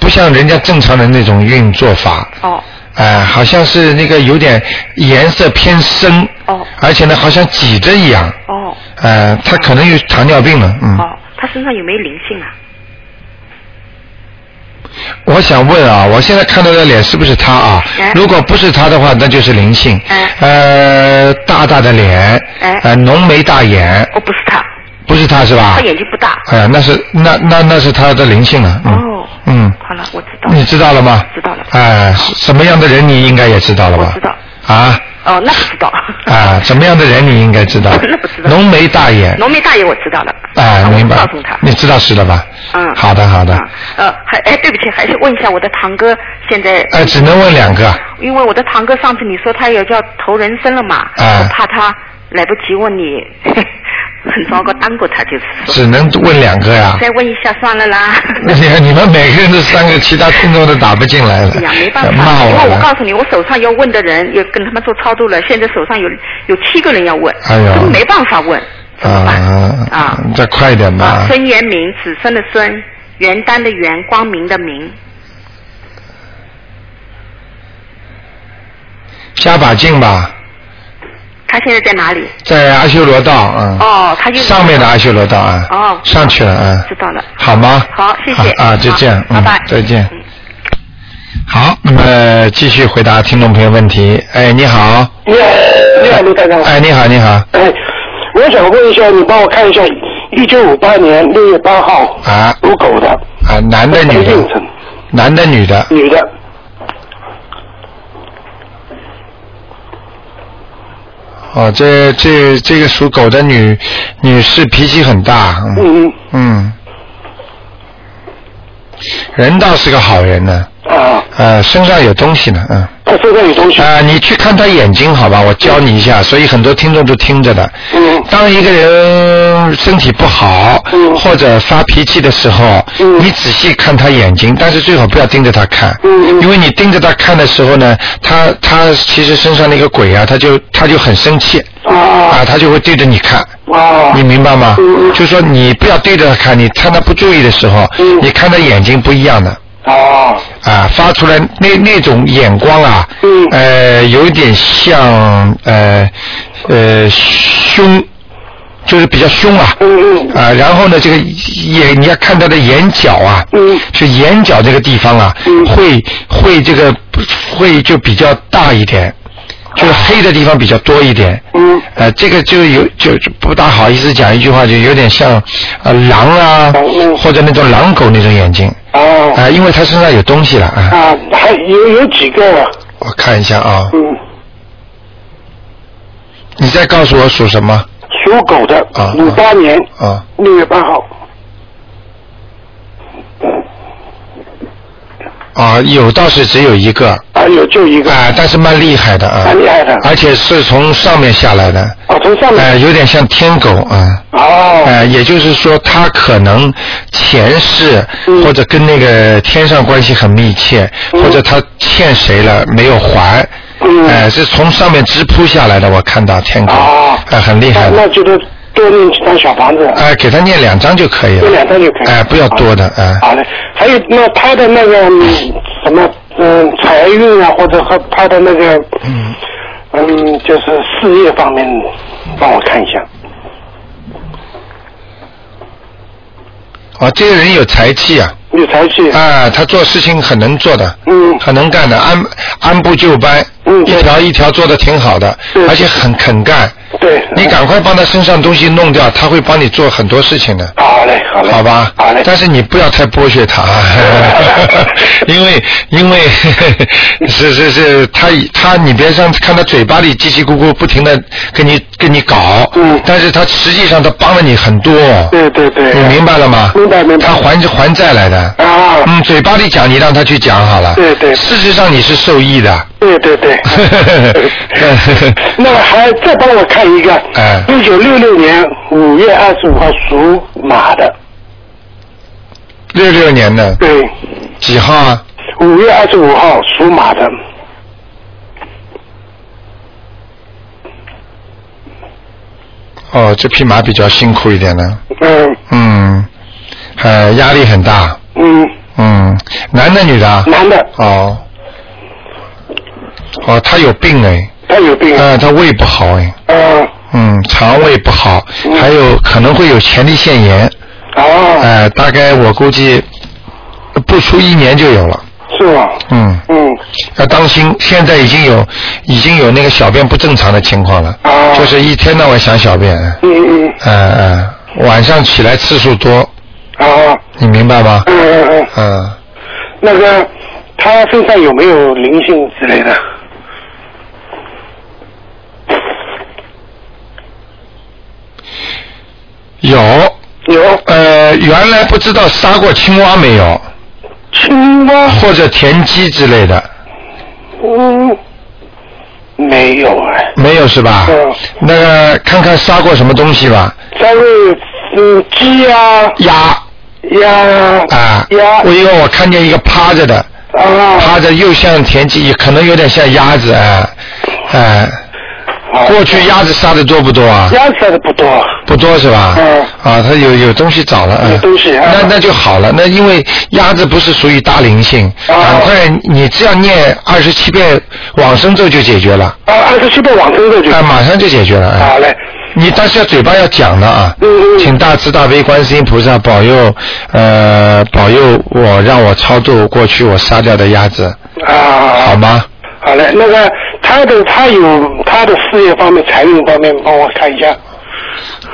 [SPEAKER 1] 不像人家正常的那种运作法，
[SPEAKER 2] 哦，
[SPEAKER 1] 哎、好像是那个有点颜色偏深，
[SPEAKER 2] 哦
[SPEAKER 1] 而且呢好像挤着一样，
[SPEAKER 2] 哦，
[SPEAKER 1] 呃，他可能有糖尿病了，嗯，
[SPEAKER 2] 哦，他身上有没有灵性啊？
[SPEAKER 1] 我想问啊，我现在看到的脸是不是他啊
[SPEAKER 2] 哎？
[SPEAKER 1] 如果不是他的话，那就是灵性。
[SPEAKER 2] 哎
[SPEAKER 1] 呃，大大的脸，
[SPEAKER 2] 哎
[SPEAKER 1] 呃，浓眉大眼，
[SPEAKER 2] 哦，不是他，
[SPEAKER 1] 不是他是吧
[SPEAKER 2] 他？眼睛不大。
[SPEAKER 1] 哎呀，那是那那那是他的灵性了。嗯。
[SPEAKER 2] 哦
[SPEAKER 1] 嗯，
[SPEAKER 2] 好了，我知道了。
[SPEAKER 1] 你知道了吗？
[SPEAKER 2] 知道了
[SPEAKER 1] 哎、什么样的人你应该也知道了吧？
[SPEAKER 2] 我知道。
[SPEAKER 1] 啊
[SPEAKER 2] 哦，那不知道。
[SPEAKER 1] 啊，什么样的人你应该知道
[SPEAKER 2] 那 不知？道
[SPEAKER 1] 浓眉大眼。
[SPEAKER 2] 浓眉大爷我知道了。
[SPEAKER 1] 哎，
[SPEAKER 2] 啊
[SPEAKER 1] 明白
[SPEAKER 2] 我告诉他。。
[SPEAKER 1] 你知道是了吧？
[SPEAKER 2] 嗯
[SPEAKER 1] 好的，好的。
[SPEAKER 2] 啊，呃，还哎，对不起，还是问一下我的堂哥现在，
[SPEAKER 1] 哎，只能问两个。
[SPEAKER 2] 因为我的堂哥上次你说他也要投人生了嘛，
[SPEAKER 1] 哎
[SPEAKER 2] 我怕他来不及问你， 很糟糕，耽搁他就是说。
[SPEAKER 1] 只能问两个呀。
[SPEAKER 2] 再问一下算 了啦。
[SPEAKER 1] 你看你们每个人都三个，其他听众都打不进来了，
[SPEAKER 2] 嗯哎呀，没办法，
[SPEAKER 1] 骂
[SPEAKER 2] 因
[SPEAKER 1] 我
[SPEAKER 2] 为我告
[SPEAKER 1] 了。
[SPEAKER 2] 诉你，我手上要问的人也跟他们做超度了，现在手上有有七个人要问，
[SPEAKER 1] 哎呀
[SPEAKER 2] 都没办法问，怎么办？啊，
[SPEAKER 1] 再快一点吧
[SPEAKER 2] 啊，。孙元明，子孙的孙，元旦的元，光明的明，
[SPEAKER 1] 加把劲吧，
[SPEAKER 2] 他现在在哪里？
[SPEAKER 1] 在阿修罗道啊。
[SPEAKER 2] 哦，他就
[SPEAKER 1] 上面的阿修罗道啊。
[SPEAKER 2] 哦
[SPEAKER 1] 上去了啊。
[SPEAKER 2] 知道了。
[SPEAKER 1] 好吗？
[SPEAKER 2] 好，谢谢。
[SPEAKER 1] 啊，啊就这样。
[SPEAKER 2] 好拜
[SPEAKER 1] 嗯
[SPEAKER 2] 拜。
[SPEAKER 1] 再见
[SPEAKER 2] 嗯。
[SPEAKER 1] 好，那么继续回答听众朋友问题。哎，你好。
[SPEAKER 5] 你好，你好，卢台长。
[SPEAKER 1] 哎，你好，你好。
[SPEAKER 5] 哎，我想问一下，你帮我看一下，一九五八年六月八号
[SPEAKER 1] 啊
[SPEAKER 5] 属狗的，
[SPEAKER 1] 啊，男的女
[SPEAKER 5] 应
[SPEAKER 1] 的
[SPEAKER 5] 承？
[SPEAKER 1] 男的女的？
[SPEAKER 5] 女的，
[SPEAKER 1] 哦，这这这个属狗的女女士脾气很大。
[SPEAKER 5] 嗯
[SPEAKER 1] 嗯，人倒是个好人呢，
[SPEAKER 5] 嗯啊，
[SPEAKER 1] 呃，身上有东西呢，嗯，啊、
[SPEAKER 5] 她身上有东西，
[SPEAKER 1] 你去看他眼睛好吧，我教你一下，所以很多听众都听着的。
[SPEAKER 5] 嗯
[SPEAKER 1] 当一个人身体不好、
[SPEAKER 5] 嗯
[SPEAKER 1] 或者发脾气的时候，
[SPEAKER 5] 嗯
[SPEAKER 1] 你仔细看他眼睛，但是最好不要盯着他看，
[SPEAKER 5] 嗯嗯
[SPEAKER 1] 因为你盯着他看的时候呢，他他其实身上那个鬼啊，他就他就很生气
[SPEAKER 5] 啊
[SPEAKER 1] 啊，他就会对着你看。
[SPEAKER 5] 啊，
[SPEAKER 1] 你明白吗？
[SPEAKER 5] 嗯嗯
[SPEAKER 1] 就说你不要对着他看，你看他不注意的时候，
[SPEAKER 5] 嗯
[SPEAKER 1] 你看他眼睛不一样的
[SPEAKER 5] 啊，
[SPEAKER 1] 啊，发出来那那种眼光啊，
[SPEAKER 5] 嗯
[SPEAKER 1] 呃，有一点像呃呃凶就是比较凶啊，
[SPEAKER 5] 嗯嗯
[SPEAKER 1] 啊，然后呢，这个眼你要看他的眼角啊，
[SPEAKER 5] 嗯
[SPEAKER 1] 是眼角这个地方啊，
[SPEAKER 5] 嗯
[SPEAKER 1] 会会这个会就比较大一点，就是黑的地方比较多一点，
[SPEAKER 5] 嗯
[SPEAKER 1] 呃，这个就有就就不大好意思讲一句话，就有点像呃狼啊
[SPEAKER 5] 嗯，
[SPEAKER 1] 或者那种狼狗那种眼睛，
[SPEAKER 5] 哦
[SPEAKER 1] 啊、因为他身上有东西了啊，
[SPEAKER 5] 啊，还有有几个啊？
[SPEAKER 1] 我看一下啊，
[SPEAKER 5] 嗯，
[SPEAKER 1] 你再告诉我属什么
[SPEAKER 5] 属狗的
[SPEAKER 1] 啊，
[SPEAKER 5] 五八年
[SPEAKER 1] 啊？
[SPEAKER 5] 六月八号。
[SPEAKER 1] 啊，有倒是只有一个，啊、
[SPEAKER 5] 啊，有就一个，
[SPEAKER 1] 但是蛮厉害的啊，
[SPEAKER 5] 蛮厉害的
[SPEAKER 1] 而且是从上面下来的，
[SPEAKER 5] 哦，从上
[SPEAKER 1] 呃，
[SPEAKER 5] 面，
[SPEAKER 1] 有点像天狗啊。
[SPEAKER 5] 哦，
[SPEAKER 1] 呃，也就是说，他可能前世
[SPEAKER 5] 嗯
[SPEAKER 1] 或者跟那个天上关系很密切，
[SPEAKER 5] 嗯
[SPEAKER 1] 或者他欠谁了没有还，
[SPEAKER 5] 嗯，
[SPEAKER 1] 呃，是从上面直扑下来的。我看到天狗，
[SPEAKER 5] 哦
[SPEAKER 1] 呃，很厉害
[SPEAKER 5] 那
[SPEAKER 1] 的。
[SPEAKER 5] 那就得多念几张小房子，
[SPEAKER 1] 呃，给他念两张就可以
[SPEAKER 5] 多
[SPEAKER 1] 了。
[SPEAKER 5] 两张就可以。啊
[SPEAKER 1] 哎、不要多的，哎、
[SPEAKER 5] 好嘞，还有那他的那个嗯什么，嗯，财运啊，或者和他的那个，
[SPEAKER 1] 嗯，
[SPEAKER 5] 嗯，就是事业方面，帮我看一下。
[SPEAKER 1] 哦，这个人有才气啊，
[SPEAKER 5] 有财气，
[SPEAKER 1] 啊、他做事情很能做的，
[SPEAKER 5] 嗯
[SPEAKER 1] 很能干的，按按部就班，
[SPEAKER 5] 嗯
[SPEAKER 1] 一条一条做的挺好的，
[SPEAKER 5] 对
[SPEAKER 1] 而且很肯干。
[SPEAKER 5] 对，
[SPEAKER 1] 你赶快帮他身上东西弄掉，他会帮你做很多事情的。
[SPEAKER 5] 好嘞，好嘞，
[SPEAKER 1] 好吧，
[SPEAKER 5] 嗯好嘞，
[SPEAKER 1] 但是你不要太剥削他，啊 因为因为是是是，他他你别上看他嘴巴里叽叽咕咕不停的跟你跟你搞，
[SPEAKER 5] 嗯
[SPEAKER 1] 但是他实际上他帮了你很多，
[SPEAKER 5] 对嗯对对，
[SPEAKER 1] 你明白了吗？
[SPEAKER 5] 明白明白
[SPEAKER 1] 他还还债来的，
[SPEAKER 5] 啊，
[SPEAKER 1] 嗯，嘴巴里讲你让他去讲好了，
[SPEAKER 5] 对对
[SPEAKER 1] 事实上你是受益的，。
[SPEAKER 5] 对对对那么还再帮我看一个，
[SPEAKER 1] 哎
[SPEAKER 5] 一九六六年五月二十五号属马的，
[SPEAKER 1] 六六年的
[SPEAKER 5] 对，
[SPEAKER 1] 几号啊？
[SPEAKER 5] 五月二十五号属马的，
[SPEAKER 1] 哦，这匹马比较辛苦一点呢，
[SPEAKER 5] 嗯
[SPEAKER 1] 嗯，呃，压力很大，
[SPEAKER 5] 嗯，
[SPEAKER 1] 嗯，男的女的啊？
[SPEAKER 5] 男的，
[SPEAKER 1] 哦，哦，他有病哎，
[SPEAKER 5] 他有病，
[SPEAKER 1] 呃，他胃不好哎，
[SPEAKER 5] 嗯，
[SPEAKER 1] 嗯，肠胃不好，
[SPEAKER 5] 嗯
[SPEAKER 1] 还有可能会有前列腺炎，
[SPEAKER 5] 哦，
[SPEAKER 1] 呃，大概我估计不出一年就有了，
[SPEAKER 5] 是吧？
[SPEAKER 1] 嗯，
[SPEAKER 5] 嗯，
[SPEAKER 1] 要当心，现在已经有已经有那个小便不正常的情况了，
[SPEAKER 5] 哦
[SPEAKER 1] 就是一天到晚想小便，
[SPEAKER 5] 嗯嗯，
[SPEAKER 1] 呃呃，晚上起来次数多，
[SPEAKER 5] 哦，
[SPEAKER 1] 你明白吗？
[SPEAKER 5] 嗯嗯嗯，
[SPEAKER 1] 嗯。
[SPEAKER 5] 那个他身上有没有灵性之类的？
[SPEAKER 1] 有，
[SPEAKER 5] 有
[SPEAKER 1] 呃，原来不知道杀过青蛙没有，
[SPEAKER 5] 青蛙，
[SPEAKER 1] 或者田鸡之类的，
[SPEAKER 5] 嗯，没有哎。
[SPEAKER 1] 没有是吧？
[SPEAKER 5] 嗯
[SPEAKER 1] 那个看看杀过什么东西吧，
[SPEAKER 5] 稍微嗯鸡啊
[SPEAKER 1] 鸭
[SPEAKER 5] 鸭
[SPEAKER 1] 啊，
[SPEAKER 5] 鸭
[SPEAKER 1] 我因为我看见一个趴着的，趴
[SPEAKER 5] 啊
[SPEAKER 1] 着又像田鸡，也可能有点像鸭子，哎、哎、
[SPEAKER 5] 啊
[SPEAKER 1] 过去鸭子杀的多不多啊？
[SPEAKER 5] 鸭子的不多，
[SPEAKER 1] 不多是吧？
[SPEAKER 5] 嗯
[SPEAKER 1] 啊，它有有东西找了，嗯、
[SPEAKER 5] 有东西啊
[SPEAKER 1] 那那就好了。那因为鸭子不是属于大灵性，
[SPEAKER 5] 啊
[SPEAKER 1] 赶快你只要念二十七遍往生咒就解决了，
[SPEAKER 5] 啊二十七个往生的就
[SPEAKER 1] 啊，马上就解决了。哎
[SPEAKER 5] 好嘞，
[SPEAKER 1] 你但是要嘴巴要讲的啊，
[SPEAKER 5] 嗯嗯
[SPEAKER 1] 请大慈大悲观世音菩萨保佑，呃，保佑我让我超度过去我杀掉的鸭子，
[SPEAKER 5] 啊
[SPEAKER 1] 好？吗？
[SPEAKER 5] 好嘞，那个他的他有他的事业方面、财运方面，帮我看一下。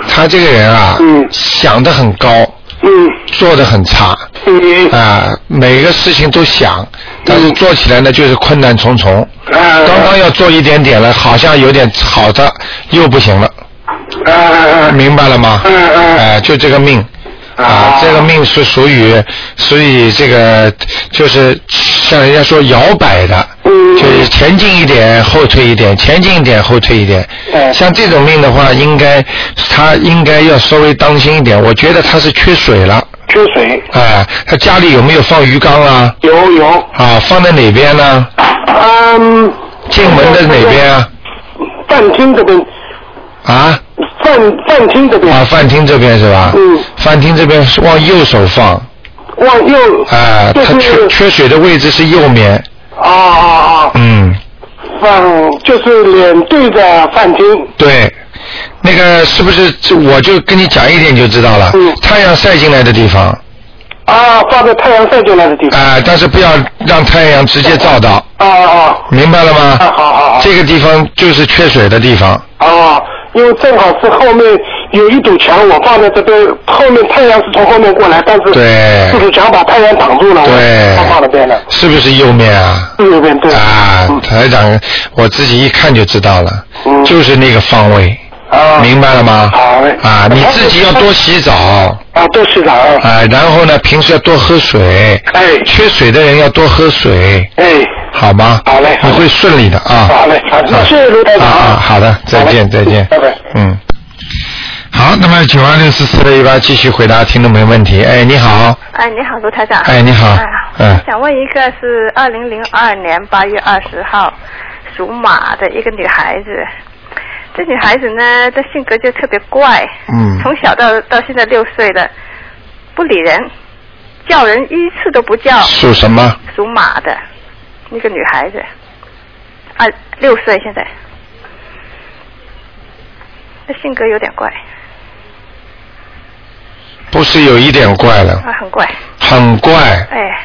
[SPEAKER 1] 他这个人啊，
[SPEAKER 5] 嗯
[SPEAKER 1] 想的很高，
[SPEAKER 5] 嗯
[SPEAKER 1] 做的很差，
[SPEAKER 5] 嗯
[SPEAKER 1] 啊、每个事情都想，但是做起来呢就是困难重重。
[SPEAKER 5] 啊
[SPEAKER 1] 刚刚要做一点点了，好像有点好的又不行了，
[SPEAKER 5] 啊啊
[SPEAKER 1] 明白了吗？
[SPEAKER 5] 嗯嗯
[SPEAKER 1] 哎、就这个命。啊
[SPEAKER 5] 啊，
[SPEAKER 1] 这个命是属于，属于这个就是像人家说摇摆的，
[SPEAKER 5] 嗯
[SPEAKER 1] 就是前进一点，后退一点，前进一点，后退一点。
[SPEAKER 5] 对
[SPEAKER 1] 像这种命的话，应该他应该要稍微当心一点。我觉得他是缺水了，
[SPEAKER 5] 缺水
[SPEAKER 1] 哎、他家里有没有放鱼缸啊？
[SPEAKER 5] 有有
[SPEAKER 1] 啊，放在哪边呢？
[SPEAKER 5] 嗯
[SPEAKER 1] 进门的哪边啊？
[SPEAKER 5] 饭厅这边
[SPEAKER 1] 啊
[SPEAKER 5] 饭饭厅这边
[SPEAKER 1] 啊，饭厅这边是吧？
[SPEAKER 5] 嗯
[SPEAKER 1] 饭厅这边是往右手放，
[SPEAKER 5] 往右
[SPEAKER 1] 啊，
[SPEAKER 5] 就
[SPEAKER 1] 它缺
[SPEAKER 5] 是
[SPEAKER 1] 缺水的位置是右面，
[SPEAKER 5] 啊啊啊
[SPEAKER 1] 嗯，
[SPEAKER 5] 饭就是脸对着饭厅，
[SPEAKER 1] 对，那个是不是就我就跟你讲一点就知道了？
[SPEAKER 5] 嗯
[SPEAKER 1] 太阳晒进来的地方
[SPEAKER 5] 啊，挂在太阳晒进来的地方。
[SPEAKER 1] 啊、但是不要让太阳直接照到，
[SPEAKER 5] 啊啊
[SPEAKER 1] 明白了吗？
[SPEAKER 5] 啊好好好
[SPEAKER 1] 这个地方就是缺水的地方。
[SPEAKER 5] 啊！啊，因为正好是后面有一堵墙，我放在这边，后面太阳是从后面过来，但嗯是
[SPEAKER 1] 对
[SPEAKER 5] 这堵墙把太阳挡住了，
[SPEAKER 1] 对
[SPEAKER 5] 我放那边了，，
[SPEAKER 1] 是不是右面啊？
[SPEAKER 5] 右边对。
[SPEAKER 1] 啊
[SPEAKER 5] 嗯，
[SPEAKER 1] 台长，我自己一看就知道了，
[SPEAKER 5] 嗯
[SPEAKER 1] 就是那个方位，
[SPEAKER 5] 啊，
[SPEAKER 1] 明白了吗？
[SPEAKER 5] 好嘞
[SPEAKER 1] 啊，你自己要多洗澡
[SPEAKER 5] 啊，都市长，
[SPEAKER 1] 啊，然后呢，平时要多喝水，
[SPEAKER 5] 哎
[SPEAKER 1] 缺水的人要多喝水，
[SPEAKER 5] 哎，
[SPEAKER 1] 好吗？
[SPEAKER 5] 好嘞好
[SPEAKER 1] 你
[SPEAKER 5] 嘞
[SPEAKER 1] 会顺利的啊。
[SPEAKER 5] 好嘞好
[SPEAKER 1] 啊
[SPEAKER 5] 谢谢卢台长
[SPEAKER 1] 啊啊，好的，再见，
[SPEAKER 5] 好
[SPEAKER 1] 再
[SPEAKER 5] 嘞
[SPEAKER 1] 见。
[SPEAKER 5] 拜拜
[SPEAKER 1] 嗯。好，那么九二六四四六一八继续回答听众朋友问题。哎，你好，
[SPEAKER 6] 哎，你好，卢台长。
[SPEAKER 1] 哎你好
[SPEAKER 6] 哎
[SPEAKER 1] 嗯
[SPEAKER 6] 我想问一个是二零零二年八月二十号属马的一个女孩子。这女孩子呢，这性格就特别怪，
[SPEAKER 1] 嗯
[SPEAKER 6] 从小到到现在六岁了，不理人，叫人一次都不叫，
[SPEAKER 1] 属什么？
[SPEAKER 6] 属马的那个女孩子，啊，六岁现在，这性格有点怪，
[SPEAKER 1] 不是有一点怪了，
[SPEAKER 6] 啊，很怪，
[SPEAKER 1] 很怪，
[SPEAKER 6] 哎，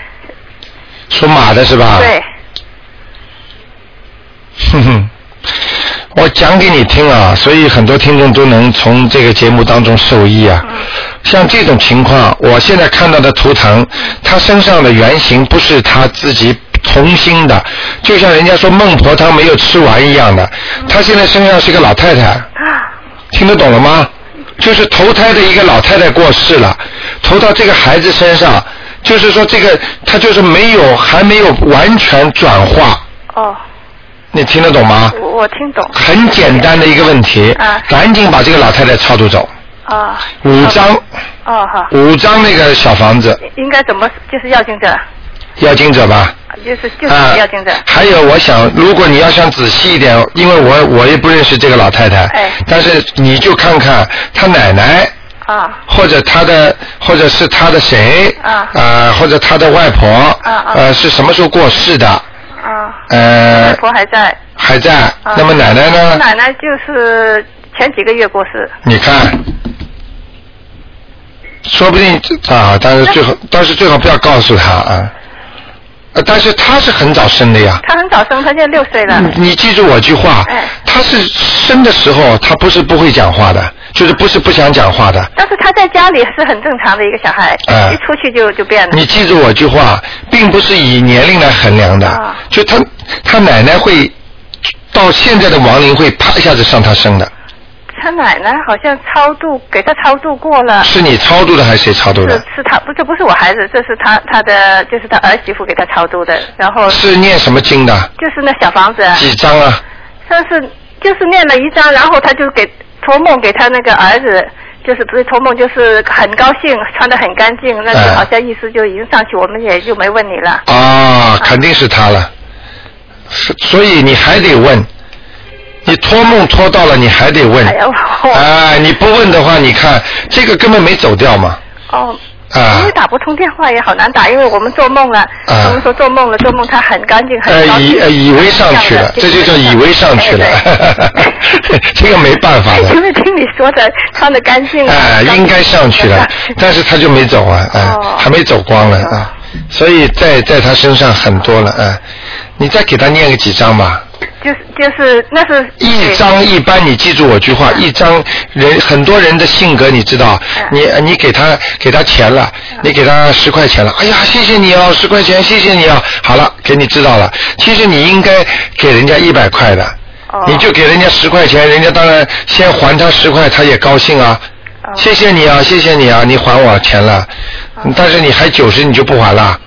[SPEAKER 1] 属马的是吧？
[SPEAKER 7] 啊
[SPEAKER 6] 对，
[SPEAKER 1] 哼哼， 我讲给你听啊，所以很多听众都能从这个节目当中受益啊。像这种情况，我现在看到的图腾，他身上的原型不是他自己童心的，就像人家说孟婆汤没有吃完一样的，他现在身上是个老太太。听得懂了吗？就是投胎的一个老太太过世了，投到这个孩子身上，就是说这个他就是没有还没有完全转化，
[SPEAKER 6] 哦，
[SPEAKER 1] 你听得懂吗？
[SPEAKER 6] 我我听懂。
[SPEAKER 1] 很简单的一个问题，
[SPEAKER 6] 啊
[SPEAKER 1] 赶紧把这个老太太超度走，
[SPEAKER 6] 啊，
[SPEAKER 1] 五张
[SPEAKER 6] 哦好，
[SPEAKER 1] 五张那个小房子，
[SPEAKER 6] 应该怎么就是要经者，
[SPEAKER 1] 要经者吧。
[SPEAKER 6] 就是就是
[SPEAKER 1] 啊
[SPEAKER 6] 要经者，
[SPEAKER 1] 还有，我想，如果你要想仔细一点，因为我我也不认识这个老太太，
[SPEAKER 6] 哎
[SPEAKER 1] 但是你就看看她奶奶，
[SPEAKER 6] 啊
[SPEAKER 1] 或者他的，或者是他的谁，
[SPEAKER 6] 啊
[SPEAKER 1] 呃，或者他的外婆，
[SPEAKER 6] 啊
[SPEAKER 1] 呃，是什么时候过世的？
[SPEAKER 6] 啊，外
[SPEAKER 1] 呃，
[SPEAKER 6] 婆还在，
[SPEAKER 1] 还在。
[SPEAKER 6] 啊
[SPEAKER 1] 那么奶奶呢？
[SPEAKER 6] 奶奶就是前几个月过世，
[SPEAKER 1] 你看，说不定啊，但是最好，但是最好不要告诉他啊。呃但是他是很早生的呀。
[SPEAKER 6] 她很早生，她现在六岁了，
[SPEAKER 1] 你你记住我句话
[SPEAKER 6] 哎，
[SPEAKER 1] 他是生的时候，他不是不会讲话的，就是不是不想讲话的，
[SPEAKER 6] 但是她在家里是很正常的一个小孩，
[SPEAKER 1] 哎
[SPEAKER 6] 一出去就就变了
[SPEAKER 1] 你，记住我句话，并不是以年龄来衡量的，
[SPEAKER 6] 啊
[SPEAKER 1] 就他他奶奶会到现在的亡灵会啪一下子上他身的，
[SPEAKER 6] 她奶奶好像超度给她超度过了。
[SPEAKER 1] 是你超度的还是谁超度
[SPEAKER 6] 是
[SPEAKER 1] 的？
[SPEAKER 6] 是她不，这不是我孩子，这是她她的，就是她儿媳妇给她超度的，然后
[SPEAKER 1] 是念什么经的？
[SPEAKER 6] 就是那小房子，
[SPEAKER 1] 几张啊？
[SPEAKER 6] 他是就是念了一张，然后他就给托梦给他那个儿子，就是不是托梦，就是很高兴，穿的很干净，那
[SPEAKER 1] 哎
[SPEAKER 6] 就好像意思就已经上去，我们也就没问你了。
[SPEAKER 1] 啊，肯定是他了。是所以你还得问，你托梦托到了，你还得问。
[SPEAKER 6] 哎呀我
[SPEAKER 1] 哎你不问的话，你看这个根本没走掉嘛。
[SPEAKER 6] 哦。
[SPEAKER 1] 啊
[SPEAKER 6] 因为打不通电话也好难打，因为我们做梦了，我们说做梦了，做梦他很干净，很
[SPEAKER 1] 呃，
[SPEAKER 6] 高
[SPEAKER 1] 哎以
[SPEAKER 6] 兴
[SPEAKER 1] 呃以为上去了，这就叫以为上去了
[SPEAKER 6] 哎对，
[SPEAKER 1] 这个没办法
[SPEAKER 6] 因
[SPEAKER 1] 的。
[SPEAKER 6] 为听你说的，穿的干净啊，
[SPEAKER 1] 哎，
[SPEAKER 6] 干净
[SPEAKER 1] 应该上去 了，但是他就没走啊，哎
[SPEAKER 6] 哦，
[SPEAKER 1] 还没走光了啊，所以在在他身上很多了，哎，你再给他念个几张吧。
[SPEAKER 6] 就是就是那是
[SPEAKER 1] 一张一般，你记住我句话，一张人很多人的性格你知道，你你给他给他钱了，你给他十块钱了，哎呀，谢谢你哦，十块钱，谢谢你哦，好了，给你知道了，其实你应该给人家一百块的，
[SPEAKER 6] 哦
[SPEAKER 1] 你就给人家十块钱，人家当然先还他十块，他也高兴啊。谢谢你啊，谢谢你啊，你还我钱了，但是你还九十你就不还了，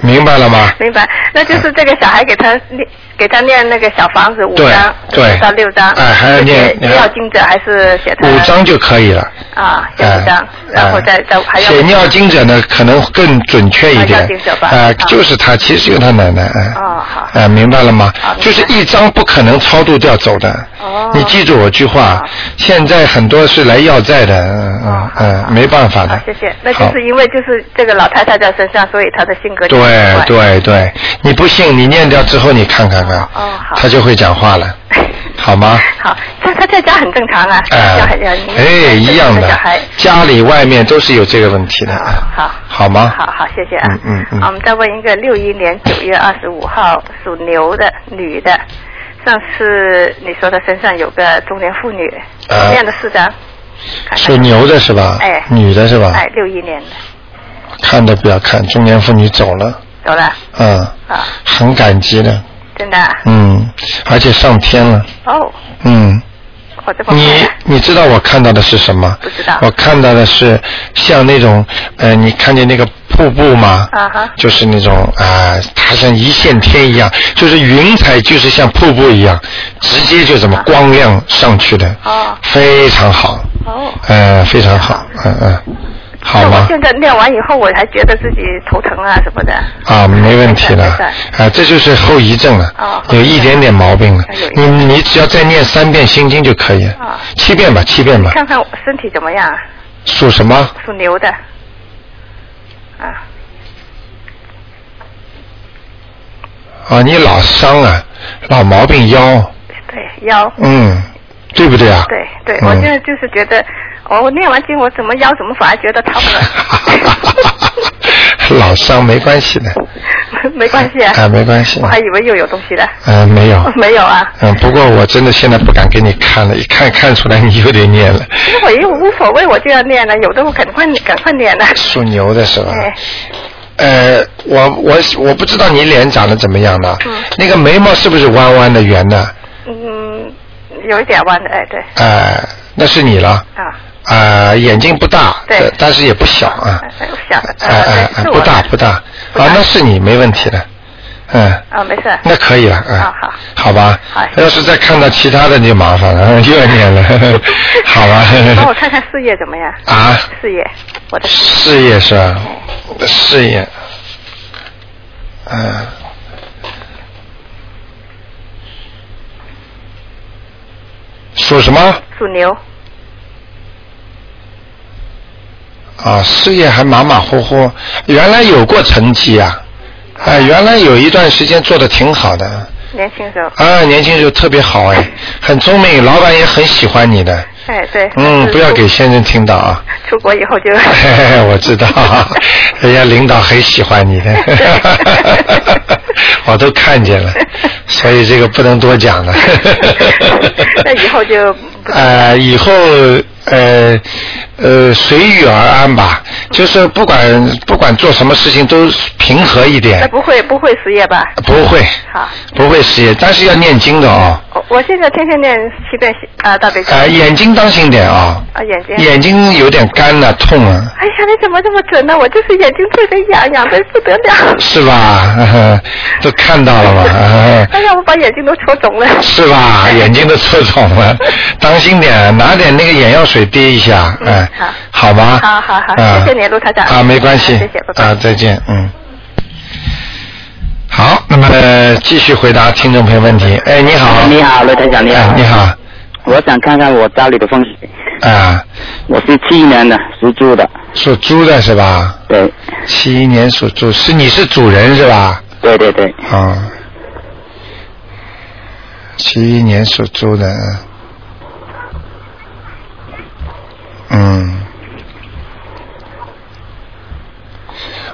[SPEAKER 1] 明白了吗？
[SPEAKER 6] 明白，那就是这个小孩给他念，给他念那个小房子五
[SPEAKER 1] 对
[SPEAKER 6] 张，
[SPEAKER 1] 对
[SPEAKER 6] 到六张，
[SPEAKER 1] 哎还要念
[SPEAKER 6] 就是要经者还是写他
[SPEAKER 1] 五张就可以了。
[SPEAKER 6] 啊，写
[SPEAKER 1] 哎
[SPEAKER 6] 五张，然后再
[SPEAKER 1] 哎
[SPEAKER 6] 再还要
[SPEAKER 1] 写尿经者呢，可能更准确一
[SPEAKER 6] 啊
[SPEAKER 1] 点
[SPEAKER 6] 尿经者。吧
[SPEAKER 1] 哎
[SPEAKER 6] 啊
[SPEAKER 1] 就是他，其实就是他奶奶。哎
[SPEAKER 6] 哦好
[SPEAKER 1] 哎，明白了吗
[SPEAKER 6] 好明？白
[SPEAKER 1] 就是一张不可能超度掉走的。
[SPEAKER 6] 哦
[SPEAKER 1] 你记住我句话
[SPEAKER 6] 好，哦
[SPEAKER 1] 现在很多是来要债的，嗯嗯嗯，没办法的
[SPEAKER 6] 啊。谢谢，那就
[SPEAKER 1] 好
[SPEAKER 6] 是因为就是这个老太太在身上，所以她的性格就
[SPEAKER 1] 对
[SPEAKER 6] 很怪，
[SPEAKER 1] 对对，你不信，你念掉之后你看看看
[SPEAKER 6] 哦，好
[SPEAKER 1] 他就会讲话了。好吗？
[SPEAKER 6] 好，他他在家很正常啊，
[SPEAKER 1] 啊哎、
[SPEAKER 6] 小孩小
[SPEAKER 1] 哎，一样
[SPEAKER 6] 小
[SPEAKER 1] 的
[SPEAKER 6] 孩，
[SPEAKER 1] 家里外面都是有这个问题的，
[SPEAKER 6] 好
[SPEAKER 1] 好吗？
[SPEAKER 6] 好好，谢谢啊。
[SPEAKER 1] 嗯嗯嗯
[SPEAKER 6] 好，我们再问一个，六一年九月二十五号属牛的女的，上次你说她身上有个中年妇女，
[SPEAKER 1] 呃
[SPEAKER 6] 什么样的四张？看看
[SPEAKER 1] 属牛啊的是吧？
[SPEAKER 6] 哎
[SPEAKER 1] 女的是吧？
[SPEAKER 6] 哎，六一年的，
[SPEAKER 1] 看都不要看，中年妇女走了，
[SPEAKER 6] 走了
[SPEAKER 1] 嗯，
[SPEAKER 6] 啊，
[SPEAKER 1] 很感激的，
[SPEAKER 6] 真的啊、
[SPEAKER 1] 嗯，而且上天了，
[SPEAKER 6] 哦，
[SPEAKER 1] 嗯，
[SPEAKER 6] 我这么快
[SPEAKER 1] 你
[SPEAKER 6] 啊
[SPEAKER 1] 你知道我看到的是什么？
[SPEAKER 6] 不知道
[SPEAKER 1] 我看到的是像那种，呃，你看见那个瀑布吗？
[SPEAKER 6] 啊哈
[SPEAKER 1] 就是那种啊、呃它像一线天一样，就是云彩就是像瀑布一样，直接就怎么光亮上去的，
[SPEAKER 6] 哦
[SPEAKER 1] 非常好，
[SPEAKER 6] 哦，
[SPEAKER 1] 呃，非常好，嗯嗯，好
[SPEAKER 6] 那我
[SPEAKER 1] 吗？
[SPEAKER 6] 现在练完以后，我还觉得自己头疼啊什么的。
[SPEAKER 1] 啊，没问题的
[SPEAKER 6] 没事没，
[SPEAKER 1] 啊，这就是后遗症了，
[SPEAKER 6] 哦
[SPEAKER 1] 有一点点毛病了
[SPEAKER 6] 哎有一。
[SPEAKER 1] 你
[SPEAKER 6] 点
[SPEAKER 1] 你只要再念三遍心经就可以，
[SPEAKER 6] 哦
[SPEAKER 1] 七遍吧，七遍吧。
[SPEAKER 6] 看看我身体怎么样啊？
[SPEAKER 1] 属什么？
[SPEAKER 6] 属牛的，啊，
[SPEAKER 1] 啊，你老伤啊，老毛病腰，
[SPEAKER 6] 对腰，
[SPEAKER 1] 嗯，对不对啊？
[SPEAKER 6] 对对，
[SPEAKER 1] 嗯、
[SPEAKER 6] 我现在 就是觉得，哦我我念完经，我怎么腰怎么反而觉得疼了？
[SPEAKER 1] 老伤没关系的，
[SPEAKER 6] 没关系啊，
[SPEAKER 1] 啊没关系
[SPEAKER 6] 我还以为又有东西了，
[SPEAKER 1] 嗯、没 有，
[SPEAKER 6] 没有啊。
[SPEAKER 1] 嗯，不过我真的现在不敢给你看了，一看看出来你又得念 了。
[SPEAKER 6] 其实我也无所谓，我就要念了，有的我赶快赶快念了。
[SPEAKER 1] 属牛的是吧？
[SPEAKER 6] 哎，
[SPEAKER 1] 呃，我我我不知道你脸长得怎么样了，
[SPEAKER 6] 嗯
[SPEAKER 1] 那个眉毛是不是弯弯的圆的？
[SPEAKER 6] 嗯，有一点弯的，哎，对，
[SPEAKER 1] 呃，那是你了。
[SPEAKER 6] 啊，
[SPEAKER 1] 啊、眼睛不大，
[SPEAKER 6] 对
[SPEAKER 1] 但但是也不小啊
[SPEAKER 6] 哎，哎不小
[SPEAKER 1] 啊
[SPEAKER 6] 哎
[SPEAKER 1] 啊
[SPEAKER 6] 哎
[SPEAKER 1] 啊
[SPEAKER 6] 是我
[SPEAKER 1] 不大不大，
[SPEAKER 6] 不大
[SPEAKER 1] 啊，那是你没问题的，嗯，
[SPEAKER 6] 啊，没事，
[SPEAKER 1] 那可以了，嗯，
[SPEAKER 6] 啊好
[SPEAKER 1] 好吧
[SPEAKER 6] 好，
[SPEAKER 1] 要是再看到其他的就麻烦了， 嗯又要念了，好啊 吧，
[SPEAKER 6] 帮我看看事业怎么样？
[SPEAKER 1] 啊，
[SPEAKER 6] 事业，我的事业
[SPEAKER 1] 事业是吧？事业，嗯、属什么？
[SPEAKER 6] 属牛，
[SPEAKER 1] 啊，事业还马马虎虎，原来有过成绩啊，啊、原来有一段时间做的挺好的，
[SPEAKER 6] 年轻时候，
[SPEAKER 1] 啊，年轻时候特别好哎，很聪明，老板也很喜欢你的，
[SPEAKER 6] 哎，对，
[SPEAKER 1] 嗯，不要给先生听到啊，。
[SPEAKER 6] 出国以后就
[SPEAKER 1] 我知道， 人家领导很喜欢你的， 我都看见了，所以这个不能多讲了。
[SPEAKER 6] 那以后就
[SPEAKER 1] 呃，以后呃呃随遇而安吧，就是不管不管做什么事情都平和一
[SPEAKER 6] 那
[SPEAKER 1] 点，
[SPEAKER 6] 不会不会失业吧？
[SPEAKER 1] 不会
[SPEAKER 6] 好，
[SPEAKER 1] 不会失业，但是要念经的哦，
[SPEAKER 6] 我我现在天天念七遍心啊大悲咒
[SPEAKER 1] 呃，眼睛当心点啊、
[SPEAKER 6] 啊眼睛。
[SPEAKER 1] 眼睛有点干了、痛了、
[SPEAKER 6] 哎呀，你怎么这么准呢？我就是眼睛特别痒，痒的不得了。
[SPEAKER 1] 是吧？ 都看到了吧？
[SPEAKER 6] 哎呀，我把眼睛都戳肿了。
[SPEAKER 1] 是吧？眼睛都刺痛 了，当心点，拿点那个眼药水滴一下，
[SPEAKER 6] 嗯
[SPEAKER 1] 哎，好
[SPEAKER 6] 好
[SPEAKER 1] 吗？
[SPEAKER 6] 好好好
[SPEAKER 1] 啊
[SPEAKER 6] 谢谢你陆台长
[SPEAKER 1] 啊，没关系，
[SPEAKER 6] 啊谢谢拜拜
[SPEAKER 1] 啊，再见，嗯。好，那么呃继续回答听众朋友问题。哎，你好，
[SPEAKER 8] 你好，罗台长，你好、
[SPEAKER 1] 哎你好，
[SPEAKER 8] 我想看看我家里的风水。
[SPEAKER 1] 啊，
[SPEAKER 8] 我是七一年的，属猪的。
[SPEAKER 1] 属猪的是吧？
[SPEAKER 8] 对，
[SPEAKER 1] 七一年属猪，是你是主人是吧？
[SPEAKER 8] 对对对，
[SPEAKER 1] 啊，七一年属猪的，嗯，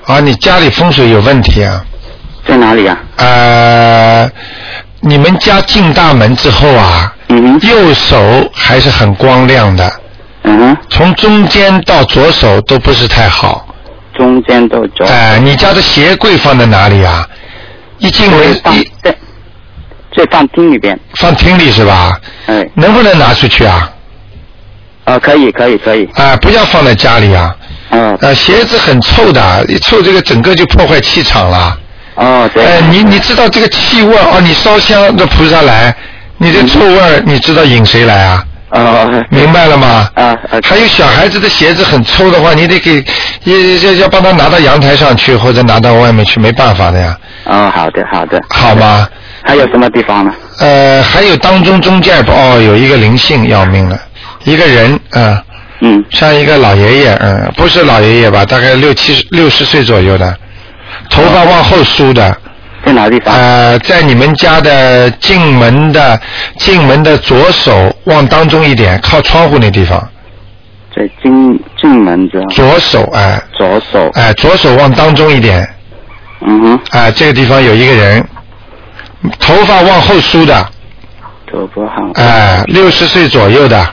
[SPEAKER 1] 啊，你家里风水有问题啊？
[SPEAKER 8] 在哪里啊？
[SPEAKER 1] 呃，你们家进大门之后啊，
[SPEAKER 8] 嗯哼，
[SPEAKER 1] 右手还是很光亮的，
[SPEAKER 8] 嗯哼，
[SPEAKER 1] 从中间到左手都不是太好。
[SPEAKER 8] 中间都走。
[SPEAKER 1] 哎、你家的鞋柜放在哪里啊？一进门
[SPEAKER 8] 放
[SPEAKER 1] 一
[SPEAKER 8] 对，在饭厅里边。
[SPEAKER 1] 放厅里是吧？
[SPEAKER 8] 哎，
[SPEAKER 1] 能不能拿出去啊？
[SPEAKER 8] 哦，可以可以可以。
[SPEAKER 1] 啊，不要放在家里啊！
[SPEAKER 8] 哦
[SPEAKER 1] 呃，鞋子很臭的，一臭这个整个就破坏气场了。
[SPEAKER 8] 哦，对。
[SPEAKER 1] 哎，你你知道这个气味儿哦，你烧香的菩萨来，你的臭味儿你知道引谁来啊？
[SPEAKER 8] 哦
[SPEAKER 1] 明白了吗？
[SPEAKER 8] 啊啊
[SPEAKER 1] 还有小孩子的鞋子很臭的话，你得给要要要帮他拿到阳台上去，或者拿到外面去，没办法的呀，
[SPEAKER 8] 哦，好的好的。
[SPEAKER 1] 好吗？
[SPEAKER 8] 还有什么地方呢？
[SPEAKER 1] 呃，还有当中中间哦，有一个灵性要命了，一个人啊。呃
[SPEAKER 8] 嗯，
[SPEAKER 1] 像一个老爷爷，嗯，不是老爷爷吧，大概六七十六十岁左右的，头发往后梳的，
[SPEAKER 8] 在哪个地方？
[SPEAKER 1] 呃，在你们家的进门的进门的左手往当中一点，靠窗户那地方，
[SPEAKER 8] 在进进门之后，
[SPEAKER 1] 左手哎
[SPEAKER 8] 左手，
[SPEAKER 1] 哎、左手往当中一点，
[SPEAKER 8] 嗯哼，
[SPEAKER 1] 哎、这个地方有一个人，头发往后梳的，
[SPEAKER 8] 头部好，
[SPEAKER 1] 哎、6六十岁左右的，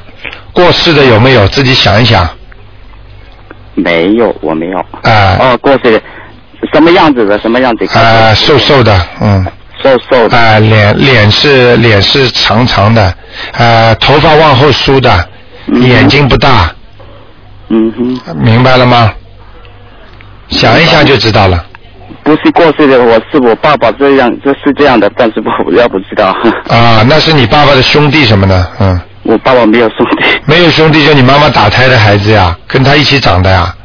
[SPEAKER 1] 过世的有没有？自己想一想，
[SPEAKER 8] 没有，我没有。
[SPEAKER 1] 哎、
[SPEAKER 8] 哦，过去什么样子的？什么样子？
[SPEAKER 1] 哎、瘦瘦的，嗯。
[SPEAKER 8] 瘦瘦的，
[SPEAKER 1] 啊、脸脸是脸是长长的，呃，头发往后梳的，
[SPEAKER 8] 嗯
[SPEAKER 1] 眼睛不大，
[SPEAKER 8] 嗯哼，
[SPEAKER 1] 明白了吗？想一想就知道了。
[SPEAKER 8] 不是过世的，我是我爸爸这样，就是这样的，但是我要不知道，
[SPEAKER 1] 啊，那是你爸爸的兄弟什么的，嗯，
[SPEAKER 8] 我爸爸没有兄弟，
[SPEAKER 1] 没有兄弟就你妈妈打胎的孩子呀，跟他一起长的呀，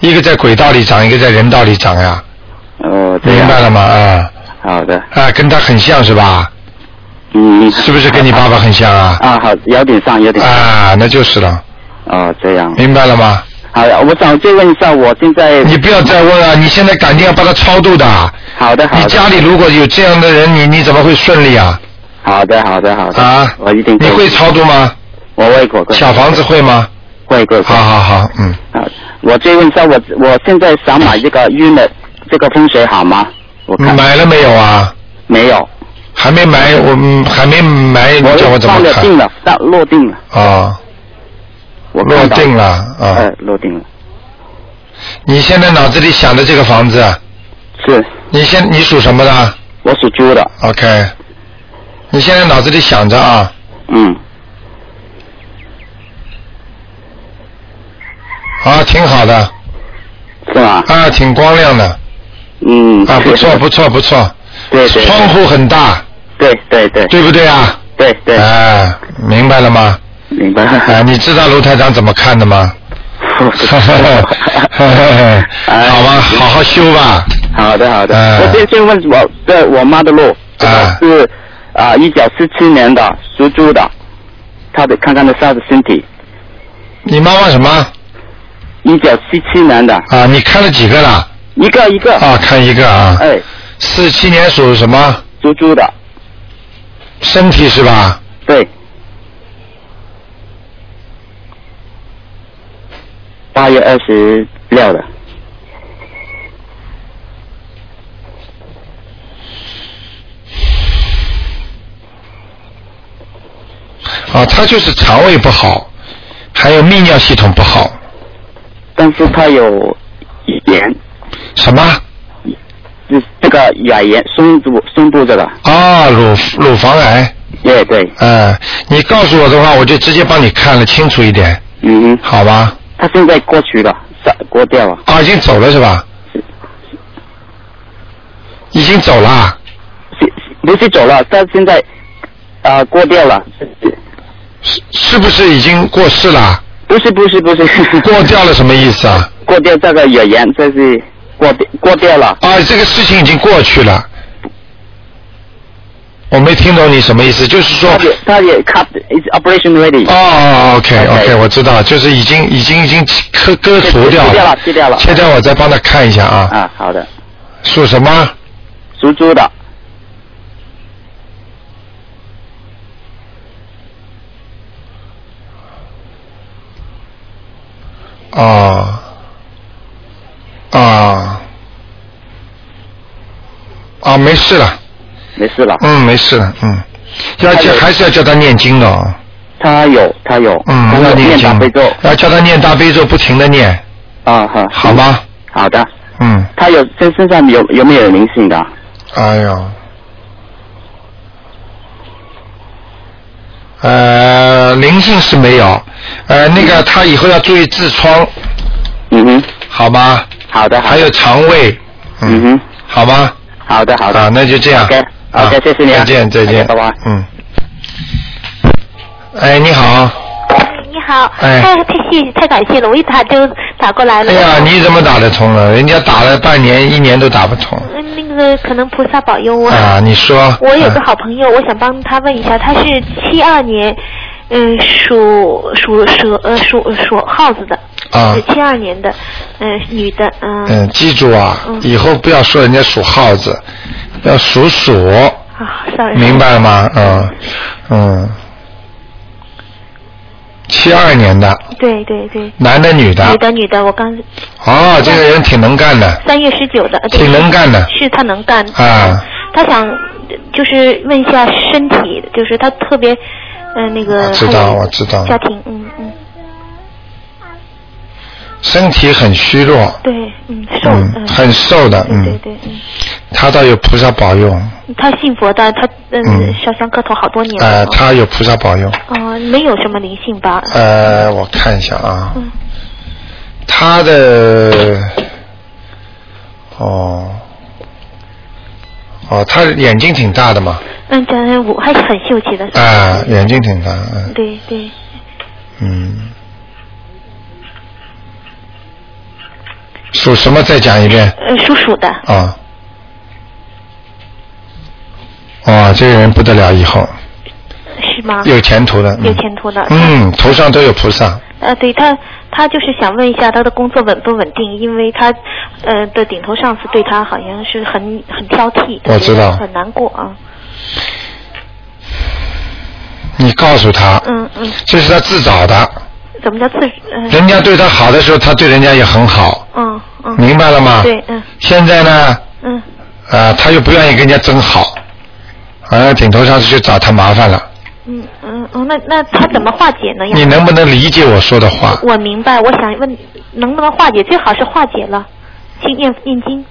[SPEAKER 1] 一个在轨道里长，一个在人道里长呀，
[SPEAKER 8] 哦，这
[SPEAKER 1] 明
[SPEAKER 8] 样，
[SPEAKER 1] 白了吗？啊
[SPEAKER 8] 好的，
[SPEAKER 1] 啊，跟他很像是吧？
[SPEAKER 8] 嗯，
[SPEAKER 1] 是不是跟你爸爸很像啊？
[SPEAKER 8] 啊？好，有点上，有点上，
[SPEAKER 1] 啊，那就是了，
[SPEAKER 8] 哦，这样，
[SPEAKER 1] 明白了吗？
[SPEAKER 8] 好，我想再问一下，我现在，
[SPEAKER 1] 你不要再问了，你现在赶紧要把他超度的。啊
[SPEAKER 8] 好的，好
[SPEAKER 1] 你
[SPEAKER 8] 的，
[SPEAKER 1] 家里如果有这样的人，你你怎么会顺利啊？
[SPEAKER 8] 好的，好的，好的，
[SPEAKER 1] 啊，
[SPEAKER 8] 我一定，
[SPEAKER 1] 你会，超度吗？
[SPEAKER 8] 我会过，
[SPEAKER 1] 小房子会吗？
[SPEAKER 8] 会过，
[SPEAKER 1] 好好好，嗯，
[SPEAKER 8] 啊，我追问一下，我我现在想
[SPEAKER 1] 啊
[SPEAKER 8] 买这个 unit 这个风水好吗？我
[SPEAKER 1] 你
[SPEAKER 8] 看
[SPEAKER 1] 买了没有啊？
[SPEAKER 8] 没有，
[SPEAKER 1] 还没买，我嗯还没买，你叫我
[SPEAKER 8] 我
[SPEAKER 1] 怎么
[SPEAKER 8] 放了
[SPEAKER 1] 看
[SPEAKER 8] 定？了，到落定了，
[SPEAKER 1] 啊，
[SPEAKER 8] 我
[SPEAKER 1] 落
[SPEAKER 8] 看到
[SPEAKER 1] 定了，啊
[SPEAKER 8] 哎，，落定了，
[SPEAKER 1] 你现在脑子里想的这个房子，啊
[SPEAKER 8] 是
[SPEAKER 1] 你现你属什么的啊
[SPEAKER 8] 我属猪的，
[SPEAKER 1] ？OK，你现在脑子里想着啊，
[SPEAKER 8] 嗯，
[SPEAKER 1] 啊，挺好的，
[SPEAKER 8] 是吗？
[SPEAKER 1] 啊，挺光亮的，
[SPEAKER 8] 嗯，
[SPEAKER 1] 啊，不错
[SPEAKER 8] 是
[SPEAKER 1] 不，错不错，
[SPEAKER 8] 对对
[SPEAKER 1] 窗户很大，
[SPEAKER 8] 对对对
[SPEAKER 1] 对不对啊？
[SPEAKER 8] 对对，
[SPEAKER 1] 哎，明白了吗？
[SPEAKER 8] 明白
[SPEAKER 1] 啊，
[SPEAKER 8] 了，
[SPEAKER 1] 你 知道卢台长怎么看的 吗？
[SPEAKER 8] 哎
[SPEAKER 1] 好吧，好好修吧。
[SPEAKER 8] 好的好的，
[SPEAKER 1] 哎
[SPEAKER 8] 我先先问我这我妈的路，这
[SPEAKER 1] 哎
[SPEAKER 8] 个是啊一九四七年的属猪的，她的看看她的身体，
[SPEAKER 1] 你妈妈什么
[SPEAKER 8] 一九七七年的。
[SPEAKER 1] 啊？你看了几个了？
[SPEAKER 8] 一个一个，
[SPEAKER 1] 啊，看一个啊。
[SPEAKER 8] 哎，
[SPEAKER 1] 四七年属什么？
[SPEAKER 8] 猪猪的，
[SPEAKER 1] 身体是吧？
[SPEAKER 8] 对，八月二十六的，
[SPEAKER 1] 啊，她就是肠胃不好，还有泌尿系统不好。
[SPEAKER 8] 但是他有炎，
[SPEAKER 1] 什么？
[SPEAKER 8] 就是这个牙炎松部松部这个，
[SPEAKER 1] 啊，乳乳房癌。
[SPEAKER 8] 耶对，
[SPEAKER 1] 嗯，你告诉我的话，我就直接帮你看了清楚一点，
[SPEAKER 8] 嗯哼，
[SPEAKER 1] 好吧？
[SPEAKER 8] 他现在过去了，上过掉了，
[SPEAKER 1] 啊，已经走了是吧？已经走了啊。
[SPEAKER 8] 是不是走了，他现在啊、过掉了，是是
[SPEAKER 1] 是是不是已经过世了？
[SPEAKER 8] 不是不是不是
[SPEAKER 1] 过掉了什么意思啊？
[SPEAKER 8] 过掉这个牙炎，这是过掉过掉了，
[SPEAKER 1] 啊，这个事情已经过去了。我没听懂你什么意思，就是说
[SPEAKER 8] 他，也他也 cut is operation ready，
[SPEAKER 1] 哦哦，OK
[SPEAKER 8] OK
[SPEAKER 1] OK，我知道，就是已经已经已经割割除掉
[SPEAKER 8] 切掉
[SPEAKER 1] 了
[SPEAKER 8] 了，切掉了
[SPEAKER 1] 切掉我再帮他看一下啊，
[SPEAKER 8] 啊好的。
[SPEAKER 1] 属什么？
[SPEAKER 8] 属猪的，
[SPEAKER 1] 啊啊啊，没事了，
[SPEAKER 8] 没事了。
[SPEAKER 1] 嗯，没事了，嗯，要
[SPEAKER 8] 还
[SPEAKER 1] 叫
[SPEAKER 8] 有
[SPEAKER 1] 还是要叫他念经的、哦。
[SPEAKER 8] 他有，他有，
[SPEAKER 1] 嗯，
[SPEAKER 8] 他
[SPEAKER 1] 要
[SPEAKER 8] 有
[SPEAKER 1] 念
[SPEAKER 8] 念
[SPEAKER 1] 经
[SPEAKER 8] 大悲咒，
[SPEAKER 1] 要叫他念大悲咒，不停的念，
[SPEAKER 8] 啊哈，
[SPEAKER 1] 好吗？
[SPEAKER 8] 好的。
[SPEAKER 1] 嗯，
[SPEAKER 8] 他有身身上有有没有灵性的？
[SPEAKER 1] 哎呦，呃，灵性是没有，呃，那个他以后要注意痔疮，
[SPEAKER 8] 嗯哼，
[SPEAKER 1] 好吗？
[SPEAKER 8] 好的，好的
[SPEAKER 1] 还有，肠胃，
[SPEAKER 8] 啊嗯哼，
[SPEAKER 1] 好吗？
[SPEAKER 8] 好的，好
[SPEAKER 1] 啊
[SPEAKER 8] 的，，
[SPEAKER 1] 那就这样。
[SPEAKER 8] OK，
[SPEAKER 1] 啊
[SPEAKER 8] OK，谢谢你啊
[SPEAKER 1] 再见，再见，
[SPEAKER 8] OK，拜拜
[SPEAKER 1] 嗯。哎，你好。
[SPEAKER 9] 你好，
[SPEAKER 1] 哎
[SPEAKER 9] 太谢太感谢了，我一打就打过来了。
[SPEAKER 1] 哎呀，你怎么打得通啊了？人家打了半年、一年都打不通。
[SPEAKER 9] 嗯那个可能菩萨保佑我。
[SPEAKER 1] 啊，你说。
[SPEAKER 9] 我有
[SPEAKER 1] 嗯
[SPEAKER 9] 个好朋友，我想帮他问一下，他是七二年，嗯，属属蛇呃属属耗子的，
[SPEAKER 1] 啊
[SPEAKER 9] 是七二年的，嗯、女的，嗯、
[SPEAKER 1] 嗯，记住啊
[SPEAKER 9] 嗯，
[SPEAKER 1] 以后不要说人家属耗子，要属鼠，
[SPEAKER 9] 啊，上
[SPEAKER 1] 明白了吗？嗯嗯，七二年的，
[SPEAKER 9] 对对对，
[SPEAKER 1] 男的女的
[SPEAKER 9] 女？的女的，我刚
[SPEAKER 1] 哦，这个人挺能干的，
[SPEAKER 9] 三月十九的，呃对
[SPEAKER 1] 挺能干的
[SPEAKER 9] 是他能干
[SPEAKER 1] 啊，
[SPEAKER 9] 他想就是问一下身体，就是他特别嗯、呃那个
[SPEAKER 1] 我知道
[SPEAKER 9] 还有
[SPEAKER 1] 我知道
[SPEAKER 9] 家庭嗯嗯
[SPEAKER 1] 身体很虚弱，
[SPEAKER 9] 对嗯瘦
[SPEAKER 1] 嗯
[SPEAKER 9] 嗯
[SPEAKER 1] 很瘦的
[SPEAKER 9] 对
[SPEAKER 1] 嗯
[SPEAKER 9] 对对嗯
[SPEAKER 1] 他倒有菩萨保佑，
[SPEAKER 9] 他信佛的他嗯
[SPEAKER 1] 嗯
[SPEAKER 9] 烧香磕头好多年
[SPEAKER 1] 呃
[SPEAKER 9] 了，
[SPEAKER 1] 他有菩萨保佑，
[SPEAKER 9] 哦没有什么灵性吧
[SPEAKER 1] 呃，我看一下啊
[SPEAKER 9] 嗯，
[SPEAKER 1] 他的，哦，哦，他眼睛挺大的嘛，
[SPEAKER 9] 嗯咱我还是很秀气的
[SPEAKER 1] 啊，眼睛挺大，嗯
[SPEAKER 9] 对对
[SPEAKER 1] 嗯，属什么？再讲一遍
[SPEAKER 9] 呃属鼠的
[SPEAKER 1] 啊。哇，哦这个人不得了，以后
[SPEAKER 9] 是吗？
[SPEAKER 1] 有前途的。嗯
[SPEAKER 9] 啊有前途的
[SPEAKER 1] 嗯，头上都有菩萨。
[SPEAKER 9] 啊，对他，他就是想问一下他的工作稳不稳定，因为他，呃的顶头上司对他好像是很很挑剔，
[SPEAKER 1] 我知道
[SPEAKER 9] 很难过啊。
[SPEAKER 1] 你告诉他，
[SPEAKER 9] 嗯嗯，
[SPEAKER 1] 这是他自找的。
[SPEAKER 9] 怎么叫自？嗯、
[SPEAKER 1] 人家对他好的时候，他对人家也很好，
[SPEAKER 9] 嗯嗯，
[SPEAKER 1] 明白了吗？
[SPEAKER 9] 对，嗯
[SPEAKER 1] 现在呢，
[SPEAKER 9] 嗯
[SPEAKER 1] 呃，他又不愿意跟人家争好，好像顶头上去就找他麻烦了。
[SPEAKER 9] 嗯嗯嗯，那那他怎么化解呢？
[SPEAKER 1] 你能不能理解我说的话？
[SPEAKER 9] 哎我明白，我想问能不能化解，最好是化解了，去念念经，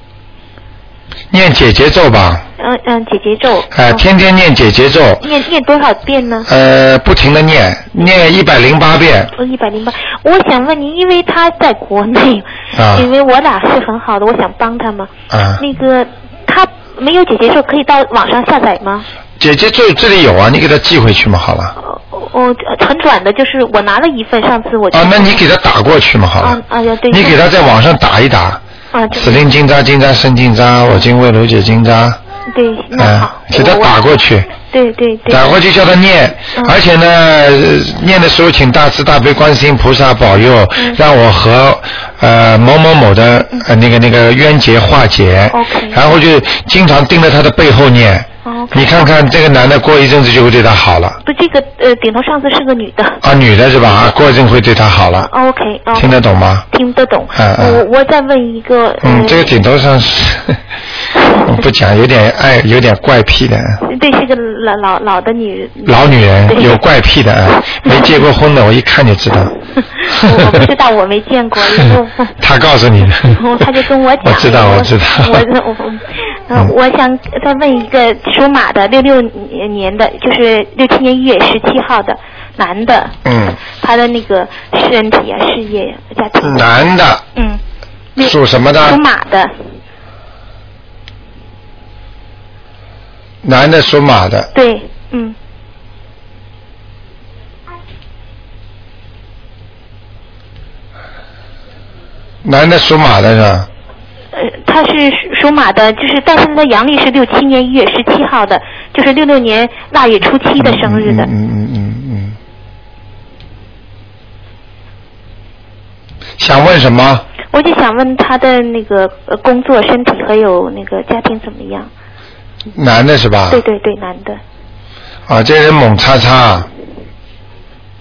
[SPEAKER 1] 念姐姐咒吧，
[SPEAKER 9] 嗯嗯，解结咒，
[SPEAKER 1] 哎、
[SPEAKER 9] 嗯
[SPEAKER 1] 天天念姐姐咒，
[SPEAKER 9] 念念多少遍呢？
[SPEAKER 1] 呃，不停的念，念一百零八遍，
[SPEAKER 9] 哦一百零八，我想问您，因为他在国内，
[SPEAKER 1] 啊
[SPEAKER 9] 因为我俩是很好的，我想帮他嘛。
[SPEAKER 1] 啊
[SPEAKER 9] 那个他没有姐姐说可以到网上下载吗？
[SPEAKER 1] 姐姐咒这里有啊，你给他寄回去嘛，好了。
[SPEAKER 9] 哦哦，很短的，就是我拿了一份，上次我就
[SPEAKER 1] 啊，那你给他打过去嘛，好了
[SPEAKER 9] 啊。啊呀对
[SPEAKER 1] 你给他在网上打一打，
[SPEAKER 9] 啊，
[SPEAKER 1] 死
[SPEAKER 9] 对
[SPEAKER 1] 灵金吒、金吒生金吒，我今为卢姐金吒，
[SPEAKER 9] 对，
[SPEAKER 1] 嗯、
[SPEAKER 9] 那好，
[SPEAKER 1] 给他
[SPEAKER 9] 我
[SPEAKER 1] 打过去。
[SPEAKER 9] 对对对，
[SPEAKER 1] 打过去叫他念，
[SPEAKER 9] 嗯
[SPEAKER 1] 而且呢，呃念的时候请大慈大悲观世音菩萨保佑，
[SPEAKER 9] 嗯
[SPEAKER 1] 让我和呃某某某的呃那个那个冤结化解。
[SPEAKER 9] OK
[SPEAKER 1] 然后就经常盯着他的背后念，
[SPEAKER 9] 哦，
[SPEAKER 1] 你看看这个男的过一阵子就会对他好了，
[SPEAKER 9] 不，这个呃，顶头上司是个女的。
[SPEAKER 1] 啊，女的是吧？啊，过一阵会对他好了，
[SPEAKER 9] 啊 OK，哦，
[SPEAKER 1] 听得懂吗？
[SPEAKER 9] 听得懂。
[SPEAKER 1] 嗯嗯
[SPEAKER 9] 我我再问一个。
[SPEAKER 1] 嗯，
[SPEAKER 9] 呃
[SPEAKER 1] 这个顶头上是 我不讲，有点爱，有点怪癖的。
[SPEAKER 9] 对，是个老老老的女
[SPEAKER 1] 老女人
[SPEAKER 9] 对。
[SPEAKER 1] 有怪癖的，啊，没结过婚的，我一看就知道
[SPEAKER 9] 我不知道我没见 过因为我
[SPEAKER 1] 他告诉你的
[SPEAKER 9] 我。他就跟我讲，
[SPEAKER 1] 我知道，我知道。
[SPEAKER 9] 我我我，呃
[SPEAKER 1] 嗯
[SPEAKER 9] 我想再问一个属马的，六六年的，就是六七年一月十七号的男的，
[SPEAKER 1] 嗯，
[SPEAKER 9] 他的那个身体啊、事业呀、家庭，
[SPEAKER 1] 男的
[SPEAKER 9] 嗯，六
[SPEAKER 1] 属什么的？
[SPEAKER 9] 属马的，
[SPEAKER 1] 男的属马的，
[SPEAKER 9] 对，嗯，
[SPEAKER 1] 男的属马的是吧？
[SPEAKER 9] 呃，他是属马的，就是但是他的阳历是六七年一月十七号的，就是六六年腊月初七的生日的，
[SPEAKER 1] 嗯嗯嗯嗯嗯嗯。想问什么？
[SPEAKER 9] 我就想问他的那个呃工作、身体还有那个家庭怎么样？
[SPEAKER 1] 男的是吧？
[SPEAKER 9] 对对对，男的，
[SPEAKER 1] 啊，这人猛叉叉。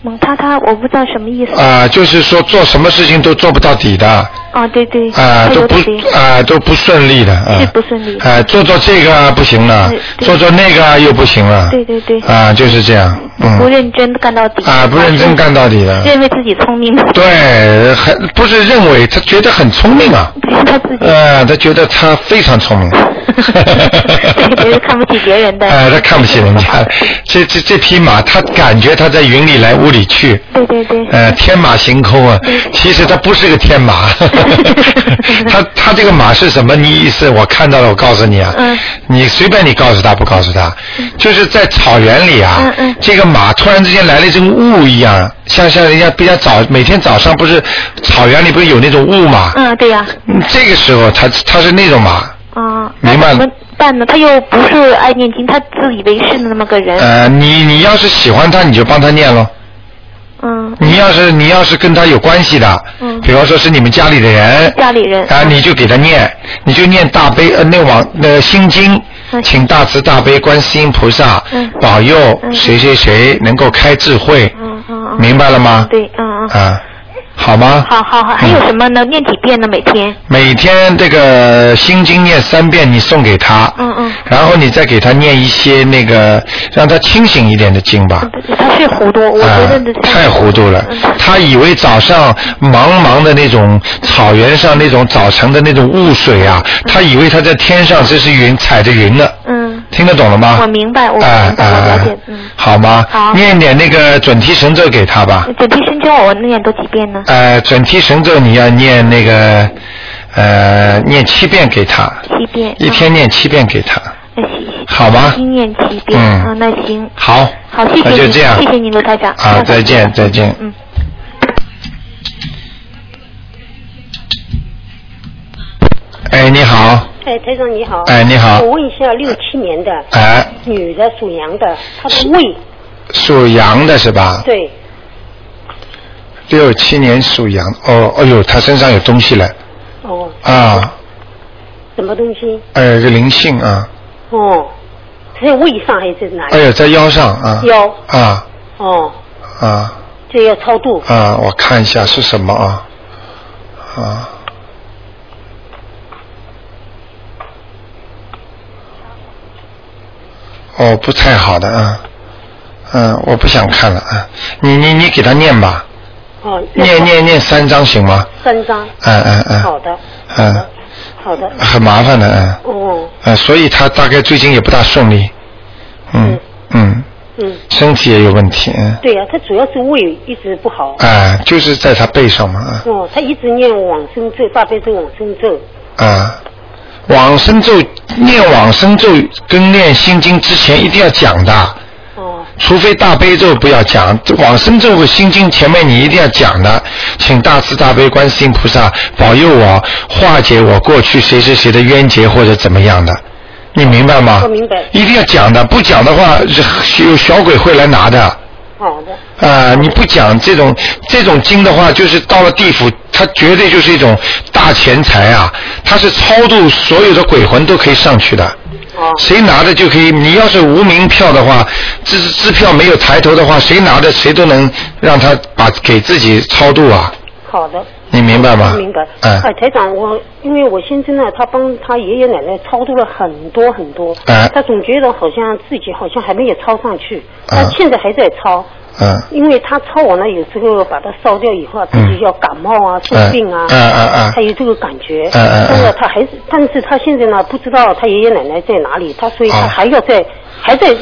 [SPEAKER 9] 蒙他他，我不知道什么意思。
[SPEAKER 1] 啊、就是说做什么事情都做不到底的，啊、
[SPEAKER 9] 啊，对对，他
[SPEAKER 1] 都
[SPEAKER 9] 有
[SPEAKER 1] 不
[SPEAKER 9] 点
[SPEAKER 1] 啊、都不顺利的，啊、
[SPEAKER 9] 是不顺利
[SPEAKER 1] 啊、做做这个不行了
[SPEAKER 9] 对，对
[SPEAKER 1] 做做那个又不行了，
[SPEAKER 9] 对对对
[SPEAKER 1] 啊、就是这样，嗯，
[SPEAKER 9] 不认真干到底。
[SPEAKER 1] 啊、不认真干到底了，
[SPEAKER 9] 认为自己聪明，
[SPEAKER 1] 对，还不是认为他觉得很聪明啊，
[SPEAKER 9] 对 他自己，
[SPEAKER 1] 呃，他觉得他非常聪明，
[SPEAKER 9] 对别人看不起别 人的
[SPEAKER 1] 呃，他看不起人家， 这这这匹马，他感觉他在云里来雾里去，
[SPEAKER 9] 对对对，
[SPEAKER 1] 呃，天马行空啊，其实它不是个天马，它它这个马是什么？你意思我看到了，我告诉你啊，
[SPEAKER 9] 嗯
[SPEAKER 1] 你随便你告诉他不告诉他，就是在草原里啊，
[SPEAKER 9] 嗯嗯
[SPEAKER 1] 这个马突然之间来了一阵雾一样，像像人家比较早，每天早上不是草原里不是有那种雾嘛，
[SPEAKER 9] 嗯，对呀，
[SPEAKER 1] 嗯这个时候它它是那种马，
[SPEAKER 9] 啊，
[SPEAKER 1] 明白
[SPEAKER 9] 那
[SPEAKER 1] 了
[SPEAKER 9] 怎么办呢？他又不是爱念经，他自以为是的那么个人，
[SPEAKER 1] 呃，你你要是喜欢它，你就帮它念喽。
[SPEAKER 9] 嗯，
[SPEAKER 1] 你要是你要是跟他有关系的，
[SPEAKER 9] 嗯
[SPEAKER 1] 比方说是你们家里的人，
[SPEAKER 9] 家里人
[SPEAKER 1] 啊，你就给他念，你就念大悲呃那往那个心经，
[SPEAKER 9] 嗯
[SPEAKER 1] 请大慈大悲观世音菩萨
[SPEAKER 9] 嗯
[SPEAKER 1] 保佑
[SPEAKER 9] 嗯
[SPEAKER 1] 谁谁谁能够开智慧，
[SPEAKER 9] 嗯嗯嗯。
[SPEAKER 1] 明白了吗？
[SPEAKER 9] 对，嗯嗯。
[SPEAKER 1] 啊，好吗？
[SPEAKER 9] 好好好，还有
[SPEAKER 1] 嗯
[SPEAKER 9] 什么呢？念几遍呢？每天？
[SPEAKER 1] 每天这个心经念三遍，你送给他，
[SPEAKER 9] 嗯嗯。
[SPEAKER 1] 然后你再给他念一些那个让他清醒一点的经吧。
[SPEAKER 9] 他是糊涂，我觉得这
[SPEAKER 1] 啊太糊涂了
[SPEAKER 9] 嗯。
[SPEAKER 1] 他以为早上茫茫的那种草原上那种早晨的那种雾水啊，他以为他在天上这是云踩着云呢。
[SPEAKER 9] 嗯，
[SPEAKER 1] 听得懂了吗？
[SPEAKER 9] 我明白，我明
[SPEAKER 1] 哎
[SPEAKER 9] 白，我了解
[SPEAKER 1] 哎，
[SPEAKER 9] 嗯。
[SPEAKER 1] 好吗？
[SPEAKER 9] 好嗯
[SPEAKER 1] 念点那个准提神咒给他吧。
[SPEAKER 9] 准提神经我念多几遍呢？
[SPEAKER 1] 呃，准提神咒你要念那个，呃，念七遍给他，
[SPEAKER 9] 七遍。
[SPEAKER 1] 一天念七遍给他，
[SPEAKER 9] 嗯。那行。
[SPEAKER 1] 好吗
[SPEAKER 9] 一？念七遍。
[SPEAKER 1] 啊嗯
[SPEAKER 9] 啊，那行。
[SPEAKER 1] 好。
[SPEAKER 9] 好，谢谢
[SPEAKER 1] 那
[SPEAKER 9] 你，
[SPEAKER 1] 就这样。
[SPEAKER 9] 谢谢你，卢台长。
[SPEAKER 1] 啊，再见，再见。
[SPEAKER 9] 嗯。
[SPEAKER 1] 哎，你好，
[SPEAKER 7] 哎，台长你好。
[SPEAKER 1] 哎你好
[SPEAKER 7] 我问一下，六七年的
[SPEAKER 1] 哎，
[SPEAKER 7] 女的属羊的，她的胃
[SPEAKER 1] 属羊的是吧？
[SPEAKER 7] 对
[SPEAKER 1] 六七年属羊，哦，哎呦，他身上有东西了
[SPEAKER 7] 哦，
[SPEAKER 1] 啊，
[SPEAKER 7] 什么东西？
[SPEAKER 1] 呃，有个灵性啊，
[SPEAKER 7] 哦，她在胃上还是在哪
[SPEAKER 1] 哎
[SPEAKER 7] 里？
[SPEAKER 1] 呦，在腰上啊，
[SPEAKER 7] 腰
[SPEAKER 1] 啊
[SPEAKER 7] 哦，
[SPEAKER 1] 啊
[SPEAKER 7] 这要超度。
[SPEAKER 1] 啊，我看一下是什么啊啊。哦，不太好的啊，嗯，我不想看了啊。你你你给他念吧，
[SPEAKER 7] 哦，要
[SPEAKER 1] 念念念三章行吗？
[SPEAKER 7] 三张。
[SPEAKER 1] 嗯嗯嗯。
[SPEAKER 7] 好的，
[SPEAKER 1] 嗯，
[SPEAKER 7] 好的。
[SPEAKER 1] 很麻烦的，嗯，
[SPEAKER 7] 哦，
[SPEAKER 1] 嗯，所以他大概最近也不大顺利，嗯嗯，
[SPEAKER 7] 嗯，
[SPEAKER 1] 身体也有问题，嗯，
[SPEAKER 7] 对呀、她主要是胃一直不好。
[SPEAKER 1] 啊，就是在他背上嘛，啊
[SPEAKER 7] 哦，她一直念往生咒、大悲咒、往生咒。
[SPEAKER 1] 啊，往生咒念往生咒跟念心经之前一定要讲的，
[SPEAKER 7] 哦，
[SPEAKER 1] 除非大悲咒不要讲，往生咒和心经前面你一定要讲的，请大慈大悲观世音菩萨保佑我化解我过去谁谁谁的冤结或者怎么样的，你明白吗？
[SPEAKER 7] 我明白
[SPEAKER 1] 一定要讲的，不讲的话是有小鬼会来拿的。
[SPEAKER 7] 好的，
[SPEAKER 1] 啊、你不讲这种这种经的话，就是到了地府，它绝对就是一种大钱财啊！它是超度所有的鬼魂都可以上去的。
[SPEAKER 7] 哦，
[SPEAKER 1] 谁拿的就可以。你要是无名票的话，支支票没有抬头的话，谁拿的谁都能让他把给自己超度啊，
[SPEAKER 7] 好的。
[SPEAKER 1] 你明白吗？
[SPEAKER 7] 明白。哎，
[SPEAKER 1] 嗯，
[SPEAKER 7] 台长，我因为我先生呢，他帮他爷爷奶奶超度了很多很多，
[SPEAKER 1] 哎
[SPEAKER 7] 他总觉得好像自己好像还没有超上去，
[SPEAKER 1] 啊
[SPEAKER 7] 他现在还在超。
[SPEAKER 1] 嗯，
[SPEAKER 7] 因为他超完了，有时候把它烧掉以后啊，自己要感冒啊、生病啊，
[SPEAKER 1] 嗯嗯嗯
[SPEAKER 7] 他有这个感觉。
[SPEAKER 1] 嗯嗯嗯
[SPEAKER 7] 但是他还是，但是他现在呢，不知道他爷爷奶奶在哪里，他所以
[SPEAKER 1] 啊
[SPEAKER 7] 他还要在，还在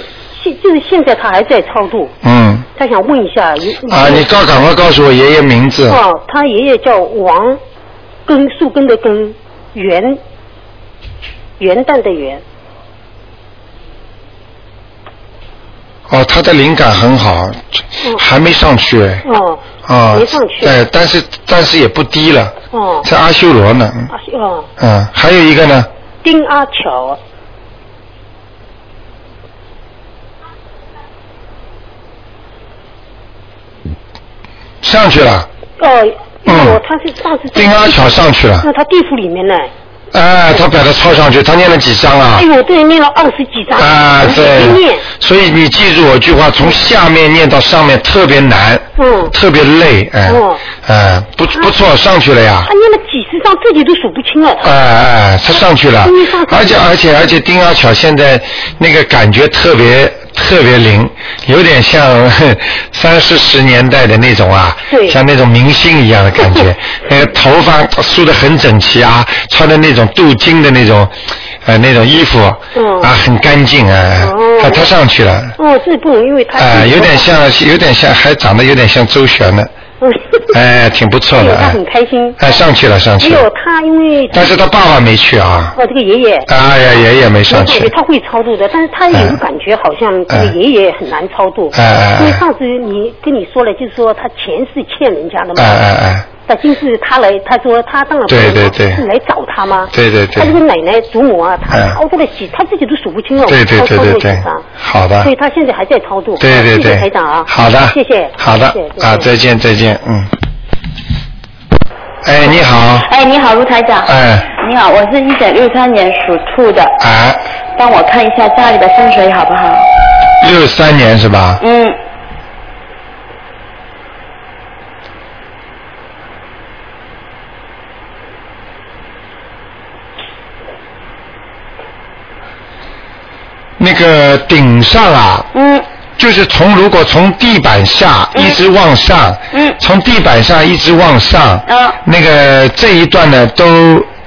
[SPEAKER 7] 现就是现在他还在超度，
[SPEAKER 1] 嗯，
[SPEAKER 7] 他想问一下，有
[SPEAKER 1] 啊，你告赶快告诉我爷爷名字。
[SPEAKER 7] 哦，他爷爷叫王根树根的根，元元旦的元。
[SPEAKER 1] 哦，他的灵感很好，
[SPEAKER 7] 嗯
[SPEAKER 1] 还没上去哎。
[SPEAKER 7] 哦
[SPEAKER 1] 啊，
[SPEAKER 7] 没上去
[SPEAKER 1] 哎，但是但是也不低了，
[SPEAKER 7] 哦，
[SPEAKER 1] 在阿修罗呢。
[SPEAKER 7] 啊哦，
[SPEAKER 1] 嗯，还有一个呢，
[SPEAKER 7] 丁阿巧，哦
[SPEAKER 1] 上去了，
[SPEAKER 7] 哦，
[SPEAKER 1] 嗯
[SPEAKER 7] 哦，他是上次
[SPEAKER 1] 丁阿巧上去了
[SPEAKER 7] 那。他地府里面呢？
[SPEAKER 1] 哎，他把他抄上去，他念了几张啊？
[SPEAKER 7] 哎呦，对，念了二十几章，
[SPEAKER 1] 啊
[SPEAKER 7] 我，没
[SPEAKER 1] 对
[SPEAKER 7] 念，，
[SPEAKER 1] 所以你记住我句话，从下面念到上面特别难，
[SPEAKER 7] 嗯，
[SPEAKER 1] 特别累，哎、
[SPEAKER 7] 哦
[SPEAKER 1] 哎不不错，上去了呀
[SPEAKER 7] 他，念了几十章，自己都数不清了。
[SPEAKER 1] 哎哎，他上去了
[SPEAKER 7] 啊终于上去，了
[SPEAKER 1] 而且而且而且丁阿巧现在那个感觉特别特别灵，有点像 哼三四十年代的那种啊，
[SPEAKER 7] 对
[SPEAKER 1] 像那种明星一样的感 觉，那个头发梳得很整齐啊，穿的那种镀金的那种呃那种衣服，
[SPEAKER 7] 嗯
[SPEAKER 1] 啊很干净啊，
[SPEAKER 7] 哦
[SPEAKER 1] 他他上去了。
[SPEAKER 7] 哦，这不容易，因为他
[SPEAKER 1] 哎、有点像，有点像，还长得有点像周旋呢，
[SPEAKER 7] 嗯，
[SPEAKER 1] 哎、挺不错
[SPEAKER 7] 哎呦
[SPEAKER 1] 的，
[SPEAKER 7] 他
[SPEAKER 1] 哎、
[SPEAKER 7] 很开心。
[SPEAKER 1] 哎、上去了，上
[SPEAKER 7] 还
[SPEAKER 1] 去
[SPEAKER 7] 有
[SPEAKER 1] 了，
[SPEAKER 7] 他因为
[SPEAKER 1] 但是他爸爸没去啊，
[SPEAKER 7] 哦，这个爷爷，
[SPEAKER 1] 哎呀，爷爷没
[SPEAKER 7] 我
[SPEAKER 1] 上
[SPEAKER 7] 感觉
[SPEAKER 1] 去，
[SPEAKER 7] 他会超度的，但是他有
[SPEAKER 1] 嗯
[SPEAKER 7] 个感觉好像这个
[SPEAKER 1] 嗯
[SPEAKER 7] 爷爷很难超度。
[SPEAKER 1] 哎哎哎
[SPEAKER 7] 因为上次你跟你说了，就是说他前世欠人家的嘛。
[SPEAKER 1] 哎哎哎，
[SPEAKER 7] 但今世他来，他说他当然不
[SPEAKER 1] 对
[SPEAKER 7] 能
[SPEAKER 1] 对
[SPEAKER 7] 嘛
[SPEAKER 1] 对
[SPEAKER 7] 是来找他吗？
[SPEAKER 1] 对对对
[SPEAKER 7] 他这个奶奶祖母啊，他
[SPEAKER 1] 嗯
[SPEAKER 7] 超度了几，他自己都数不清了。哦
[SPEAKER 1] 对对
[SPEAKER 7] 超
[SPEAKER 1] 对
[SPEAKER 7] 超
[SPEAKER 1] 对
[SPEAKER 7] 度了
[SPEAKER 1] 对
[SPEAKER 7] 几张，
[SPEAKER 1] 好的
[SPEAKER 7] 所以，他现在还在超度。
[SPEAKER 1] 对对
[SPEAKER 7] 谢谢
[SPEAKER 1] 对，
[SPEAKER 7] 台长啊。
[SPEAKER 1] 好的，
[SPEAKER 7] 谢谢。
[SPEAKER 1] 好的
[SPEAKER 7] 谢谢，
[SPEAKER 1] 啊，再见再见，嗯，哎，你好，
[SPEAKER 10] 哎，你好，卢台长。
[SPEAKER 1] 哎，
[SPEAKER 10] 你好，我是一九六三年属兔的。
[SPEAKER 1] 哎，
[SPEAKER 10] 帮我看一下家里的风水好不好？
[SPEAKER 1] 六三年是吧？
[SPEAKER 10] 嗯，
[SPEAKER 1] 那个顶上啊，
[SPEAKER 10] 嗯，
[SPEAKER 1] 就是从如果从地板下一直往上，
[SPEAKER 10] 嗯，
[SPEAKER 1] 从地板下一直往上，
[SPEAKER 10] 啊，
[SPEAKER 1] 那个这一段呢都。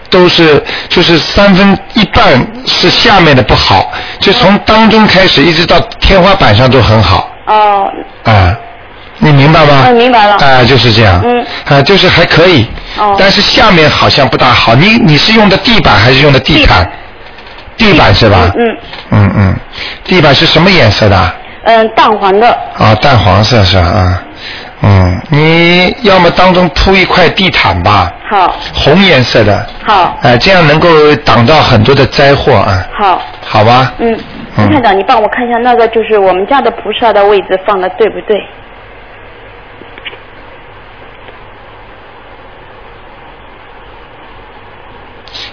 [SPEAKER 1] 都是就是三分一半是下面的不好，就从当中开始一直到天花板上都很好
[SPEAKER 10] 哦，
[SPEAKER 1] 啊、你明白吗？
[SPEAKER 10] 嗯明白了
[SPEAKER 1] 啊、就是这样。
[SPEAKER 10] 嗯
[SPEAKER 1] 啊、就是还可以。
[SPEAKER 10] 哦
[SPEAKER 1] 但是下面好像不大好，你你是用的地板还是用的地毯？地板是吧？
[SPEAKER 10] 嗯
[SPEAKER 1] 嗯嗯，地板是什么颜色的？啊、
[SPEAKER 10] 嗯，淡黄的，
[SPEAKER 1] 淡黄色是吧？啊，嗯，你要么当中铺一块地毯吧，
[SPEAKER 10] 好，
[SPEAKER 1] 红颜色的，
[SPEAKER 10] 好，
[SPEAKER 1] 哎、这样能够挡到很多的灾祸啊，
[SPEAKER 10] 好，
[SPEAKER 1] 好吧？
[SPEAKER 10] 嗯，
[SPEAKER 1] 嗯
[SPEAKER 10] 陈探长，你帮我看一下那个就是我们家的菩萨的位置放的对不对？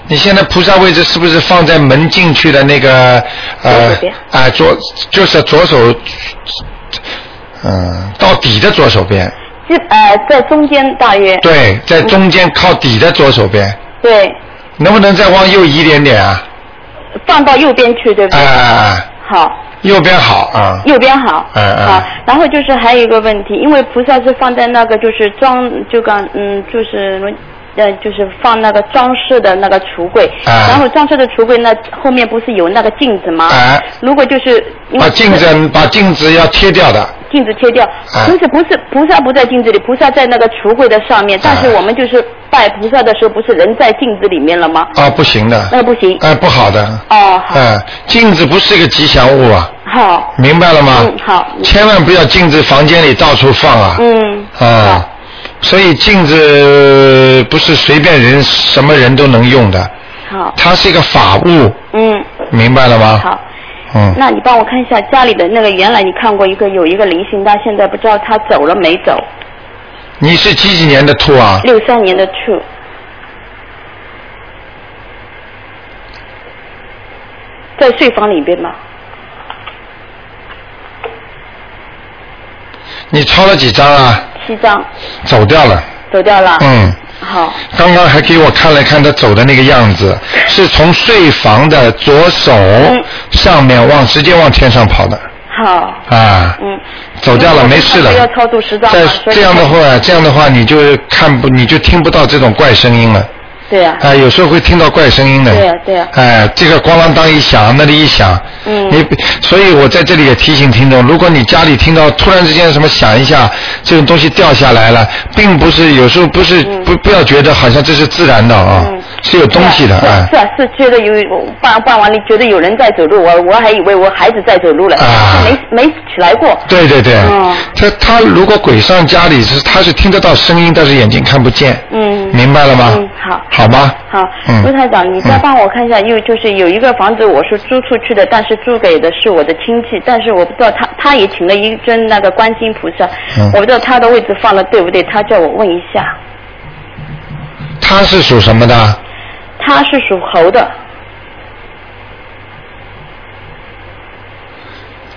[SPEAKER 1] 你现在菩萨位置是不是放在门进去的那个呃
[SPEAKER 10] 左手边
[SPEAKER 1] 啊左就是左手，嗯、到底的左手边，
[SPEAKER 10] 这呃，在中间大约。嗯
[SPEAKER 1] 对，在中间靠底的左手边，
[SPEAKER 10] 对，
[SPEAKER 1] 能不能再往右移一点点啊？
[SPEAKER 10] 放到右边去，对不
[SPEAKER 1] 啊
[SPEAKER 10] 对？
[SPEAKER 1] 啊啊！
[SPEAKER 10] 好，
[SPEAKER 1] 右边好啊，
[SPEAKER 10] 右边好。
[SPEAKER 1] 嗯嗯
[SPEAKER 10] 好，然后就是还有一个问题，因为菩萨是放在那个就是装，就刚嗯，就是呃，就是放那个装饰的那个橱柜，
[SPEAKER 1] 啊
[SPEAKER 10] 然后装饰的橱柜那后面不是有那个镜子吗？
[SPEAKER 1] 啊，
[SPEAKER 10] 如果就是因为
[SPEAKER 1] 把哦镜子哎把镜子要贴掉的，
[SPEAKER 10] 镜子切掉，不是不是菩萨不在镜子里，菩萨在那个橱柜的上
[SPEAKER 1] 啊
[SPEAKER 10] 面，但是我们就是拜菩萨的时候，不是人在镜子里面了吗？
[SPEAKER 1] 啊不行的，
[SPEAKER 10] 那不行。
[SPEAKER 1] 哎不好的，
[SPEAKER 10] 哦，
[SPEAKER 1] 嗯，镜子不是一个吉祥物啊，
[SPEAKER 10] 好，
[SPEAKER 1] 明白了吗？
[SPEAKER 10] 嗯，好，
[SPEAKER 1] 千万不要镜子房间里到处放啊。
[SPEAKER 10] 嗯，
[SPEAKER 1] 啊，所以镜子不是随便人什么人都能用的，
[SPEAKER 10] 好，
[SPEAKER 1] 它是一个法物，
[SPEAKER 10] 嗯，
[SPEAKER 1] 明白了吗？
[SPEAKER 10] 好。
[SPEAKER 1] 嗯，
[SPEAKER 10] 那你帮我看一下家里的那个，原来你看过一个有一个灵性，但现在不知道他走了没走。
[SPEAKER 1] 你是几几年的兔啊？
[SPEAKER 10] 六三年的兔，在睡房里边嘛，
[SPEAKER 1] 你抄了几张啊？
[SPEAKER 10] 七张
[SPEAKER 1] 走掉了。
[SPEAKER 10] 走掉了。
[SPEAKER 1] 嗯，
[SPEAKER 10] 好，
[SPEAKER 1] 刚刚还给我看了看他走的那个样子，是从睡房的左手
[SPEAKER 10] 嗯
[SPEAKER 1] 上面往直接往天上跑的
[SPEAKER 10] 好，
[SPEAKER 1] 啊。
[SPEAKER 10] 嗯。
[SPEAKER 1] 走掉了，没事了。
[SPEAKER 10] 不要超度十张嘛
[SPEAKER 1] 在
[SPEAKER 10] 所以
[SPEAKER 1] 这样的话，这样的话你就看不，你就听不到这种怪声音了。
[SPEAKER 10] 对呀、
[SPEAKER 1] 啊、有时候会听到怪声音的。
[SPEAKER 10] 对呀、啊对呀、
[SPEAKER 1] 哎、这个咣啷当一响，那里一响，
[SPEAKER 10] 嗯
[SPEAKER 1] 你所以我在这里也提醒听众，如果你家里听到突然之间什么响一下，这种东西掉下来了，并不是有时候不是、
[SPEAKER 10] 嗯
[SPEAKER 1] 不不要觉得好像这是自然的啊，是有东西的
[SPEAKER 10] 是嗯啊
[SPEAKER 1] 啊，
[SPEAKER 10] 是啊，是觉得有办办完了，觉得有人在走路，我我还以为我孩子在走路了，
[SPEAKER 1] 啊
[SPEAKER 10] 没没起来过。
[SPEAKER 1] 对对对，
[SPEAKER 10] 嗯
[SPEAKER 1] 他他如果鬼上家里是他是听得到声音，但是眼睛看不见，
[SPEAKER 10] 嗯，
[SPEAKER 1] 明白了吗？
[SPEAKER 10] 嗯，好，
[SPEAKER 1] 好吗？
[SPEAKER 10] 好，
[SPEAKER 1] 嗯
[SPEAKER 10] 卢台长，你再帮我看一下，因为就是有一个房子我是租出去的，但是租给的是我的亲戚，但是我不知道他他也请了一尊那个观世音菩萨，
[SPEAKER 1] 嗯
[SPEAKER 10] 我不知道他的位置放的对不对，他叫我问一下，
[SPEAKER 1] 他是属什么的？
[SPEAKER 10] 他是属猴的，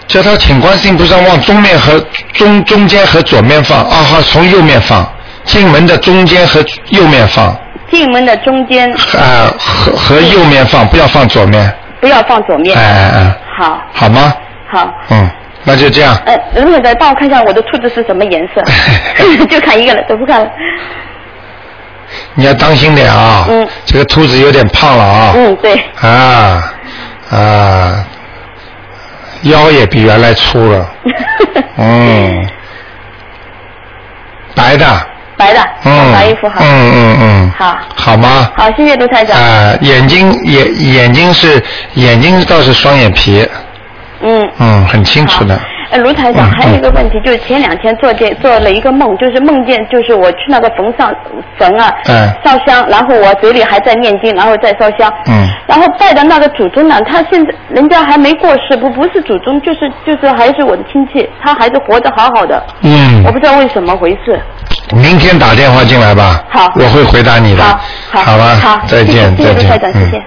[SPEAKER 1] 叫他请观世音菩萨往中面和中中间和左面放，二号从右面放，进门的中间和右面放，啊、
[SPEAKER 10] 进门的中间
[SPEAKER 1] 和和右面放，不要放左面，
[SPEAKER 10] 不要放左面
[SPEAKER 1] 哎，哎哎，
[SPEAKER 10] 好，
[SPEAKER 1] 好吗？
[SPEAKER 10] 好。
[SPEAKER 1] 嗯，那就这样，
[SPEAKER 10] 呃，如果再帮我看一下我的兔子是什么颜 色，就看一个了，都不看了。
[SPEAKER 1] 你要当心点啊，
[SPEAKER 10] 嗯
[SPEAKER 1] 这个兔子有点胖了啊，
[SPEAKER 10] 嗯，对，
[SPEAKER 1] 啊啊，腰也比原来粗 了，嗯，白的，
[SPEAKER 10] 白的，
[SPEAKER 1] 嗯，
[SPEAKER 10] 白衣服好。
[SPEAKER 1] 嗯嗯嗯，
[SPEAKER 10] 好，
[SPEAKER 1] 好吗？
[SPEAKER 10] 好，谢谢卢台长。
[SPEAKER 1] 啊、眼睛眼眼睛是眼睛倒是双眼皮，
[SPEAKER 10] 嗯。
[SPEAKER 1] 嗯，很清楚的。
[SPEAKER 10] 呃，卢台长，
[SPEAKER 1] 嗯
[SPEAKER 10] 还有一个问题，就是前两天做见做了一个梦，就是梦见就是我去那个坟上坟啊，
[SPEAKER 1] 嗯
[SPEAKER 10] 烧香，然后我嘴里还在念经，然后再烧香，
[SPEAKER 1] 嗯，
[SPEAKER 10] 然后拜的那个祖宗呢，他现在人家还没过世，不不是祖宗，就是就是还是我的亲戚，他还是活得好好的，我
[SPEAKER 1] 嗯，
[SPEAKER 10] 不知道为什么回事。
[SPEAKER 1] 明天打电话进来吧。
[SPEAKER 10] 好
[SPEAKER 1] 我会回答你的。
[SPEAKER 10] 好好
[SPEAKER 1] 吧，
[SPEAKER 10] 好
[SPEAKER 1] 再见，
[SPEAKER 10] 谢
[SPEAKER 1] 再
[SPEAKER 10] 谢谢谢卢台
[SPEAKER 1] 见
[SPEAKER 10] 长，，谢
[SPEAKER 1] 嗯
[SPEAKER 10] 谢。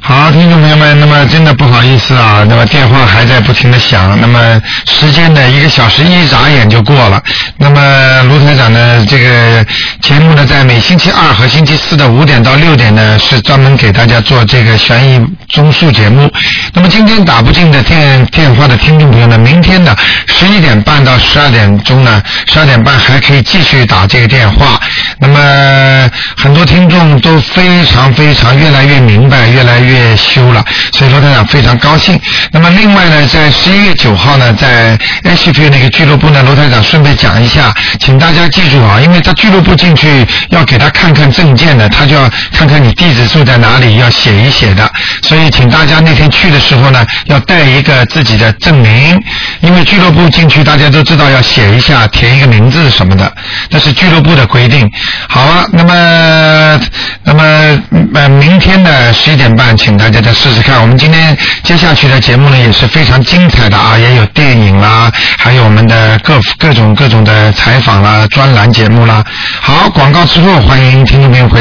[SPEAKER 1] 好，听众朋友们，那么真的不好意思啊，那么电话还在不停的响，那么时间呢一个小时一眨眼就过了。那么卢台长呢，这个节目呢，在每星期二和星期四的五点到六点呢，是专门给大家做这个悬疑综述节目。那么今天打不进的电电话的听众朋友呢，明天呢十一点半到十二点钟呢，十二点半还可以继续打这个电话。那么很多听众都非常非常越来越明白，越来越修了，所以罗台长非常高兴。那么另外呢，在十一月九号呢，在 HP 那个俱乐部呢，罗台长顺便讲一下，请大家记住啊，因为他俱乐部进去要给他看看证件的，他就要看看你地址住在哪里，要写一写的。所以请大家那天去的时候呢，要带一个自己的证明，因为俱乐部进去大家都知道要写一下，填一个名字什么的，那是俱乐部的规定。好啊，那么那么嗯呃，明天的十一点半，请大家再试试看。我们今天接下去的节目呢也是非常精彩的啊，也有电影啦，还有我们的各各种各种的采访啦、专栏节目啦。好，广告之后欢迎听众朋友回到。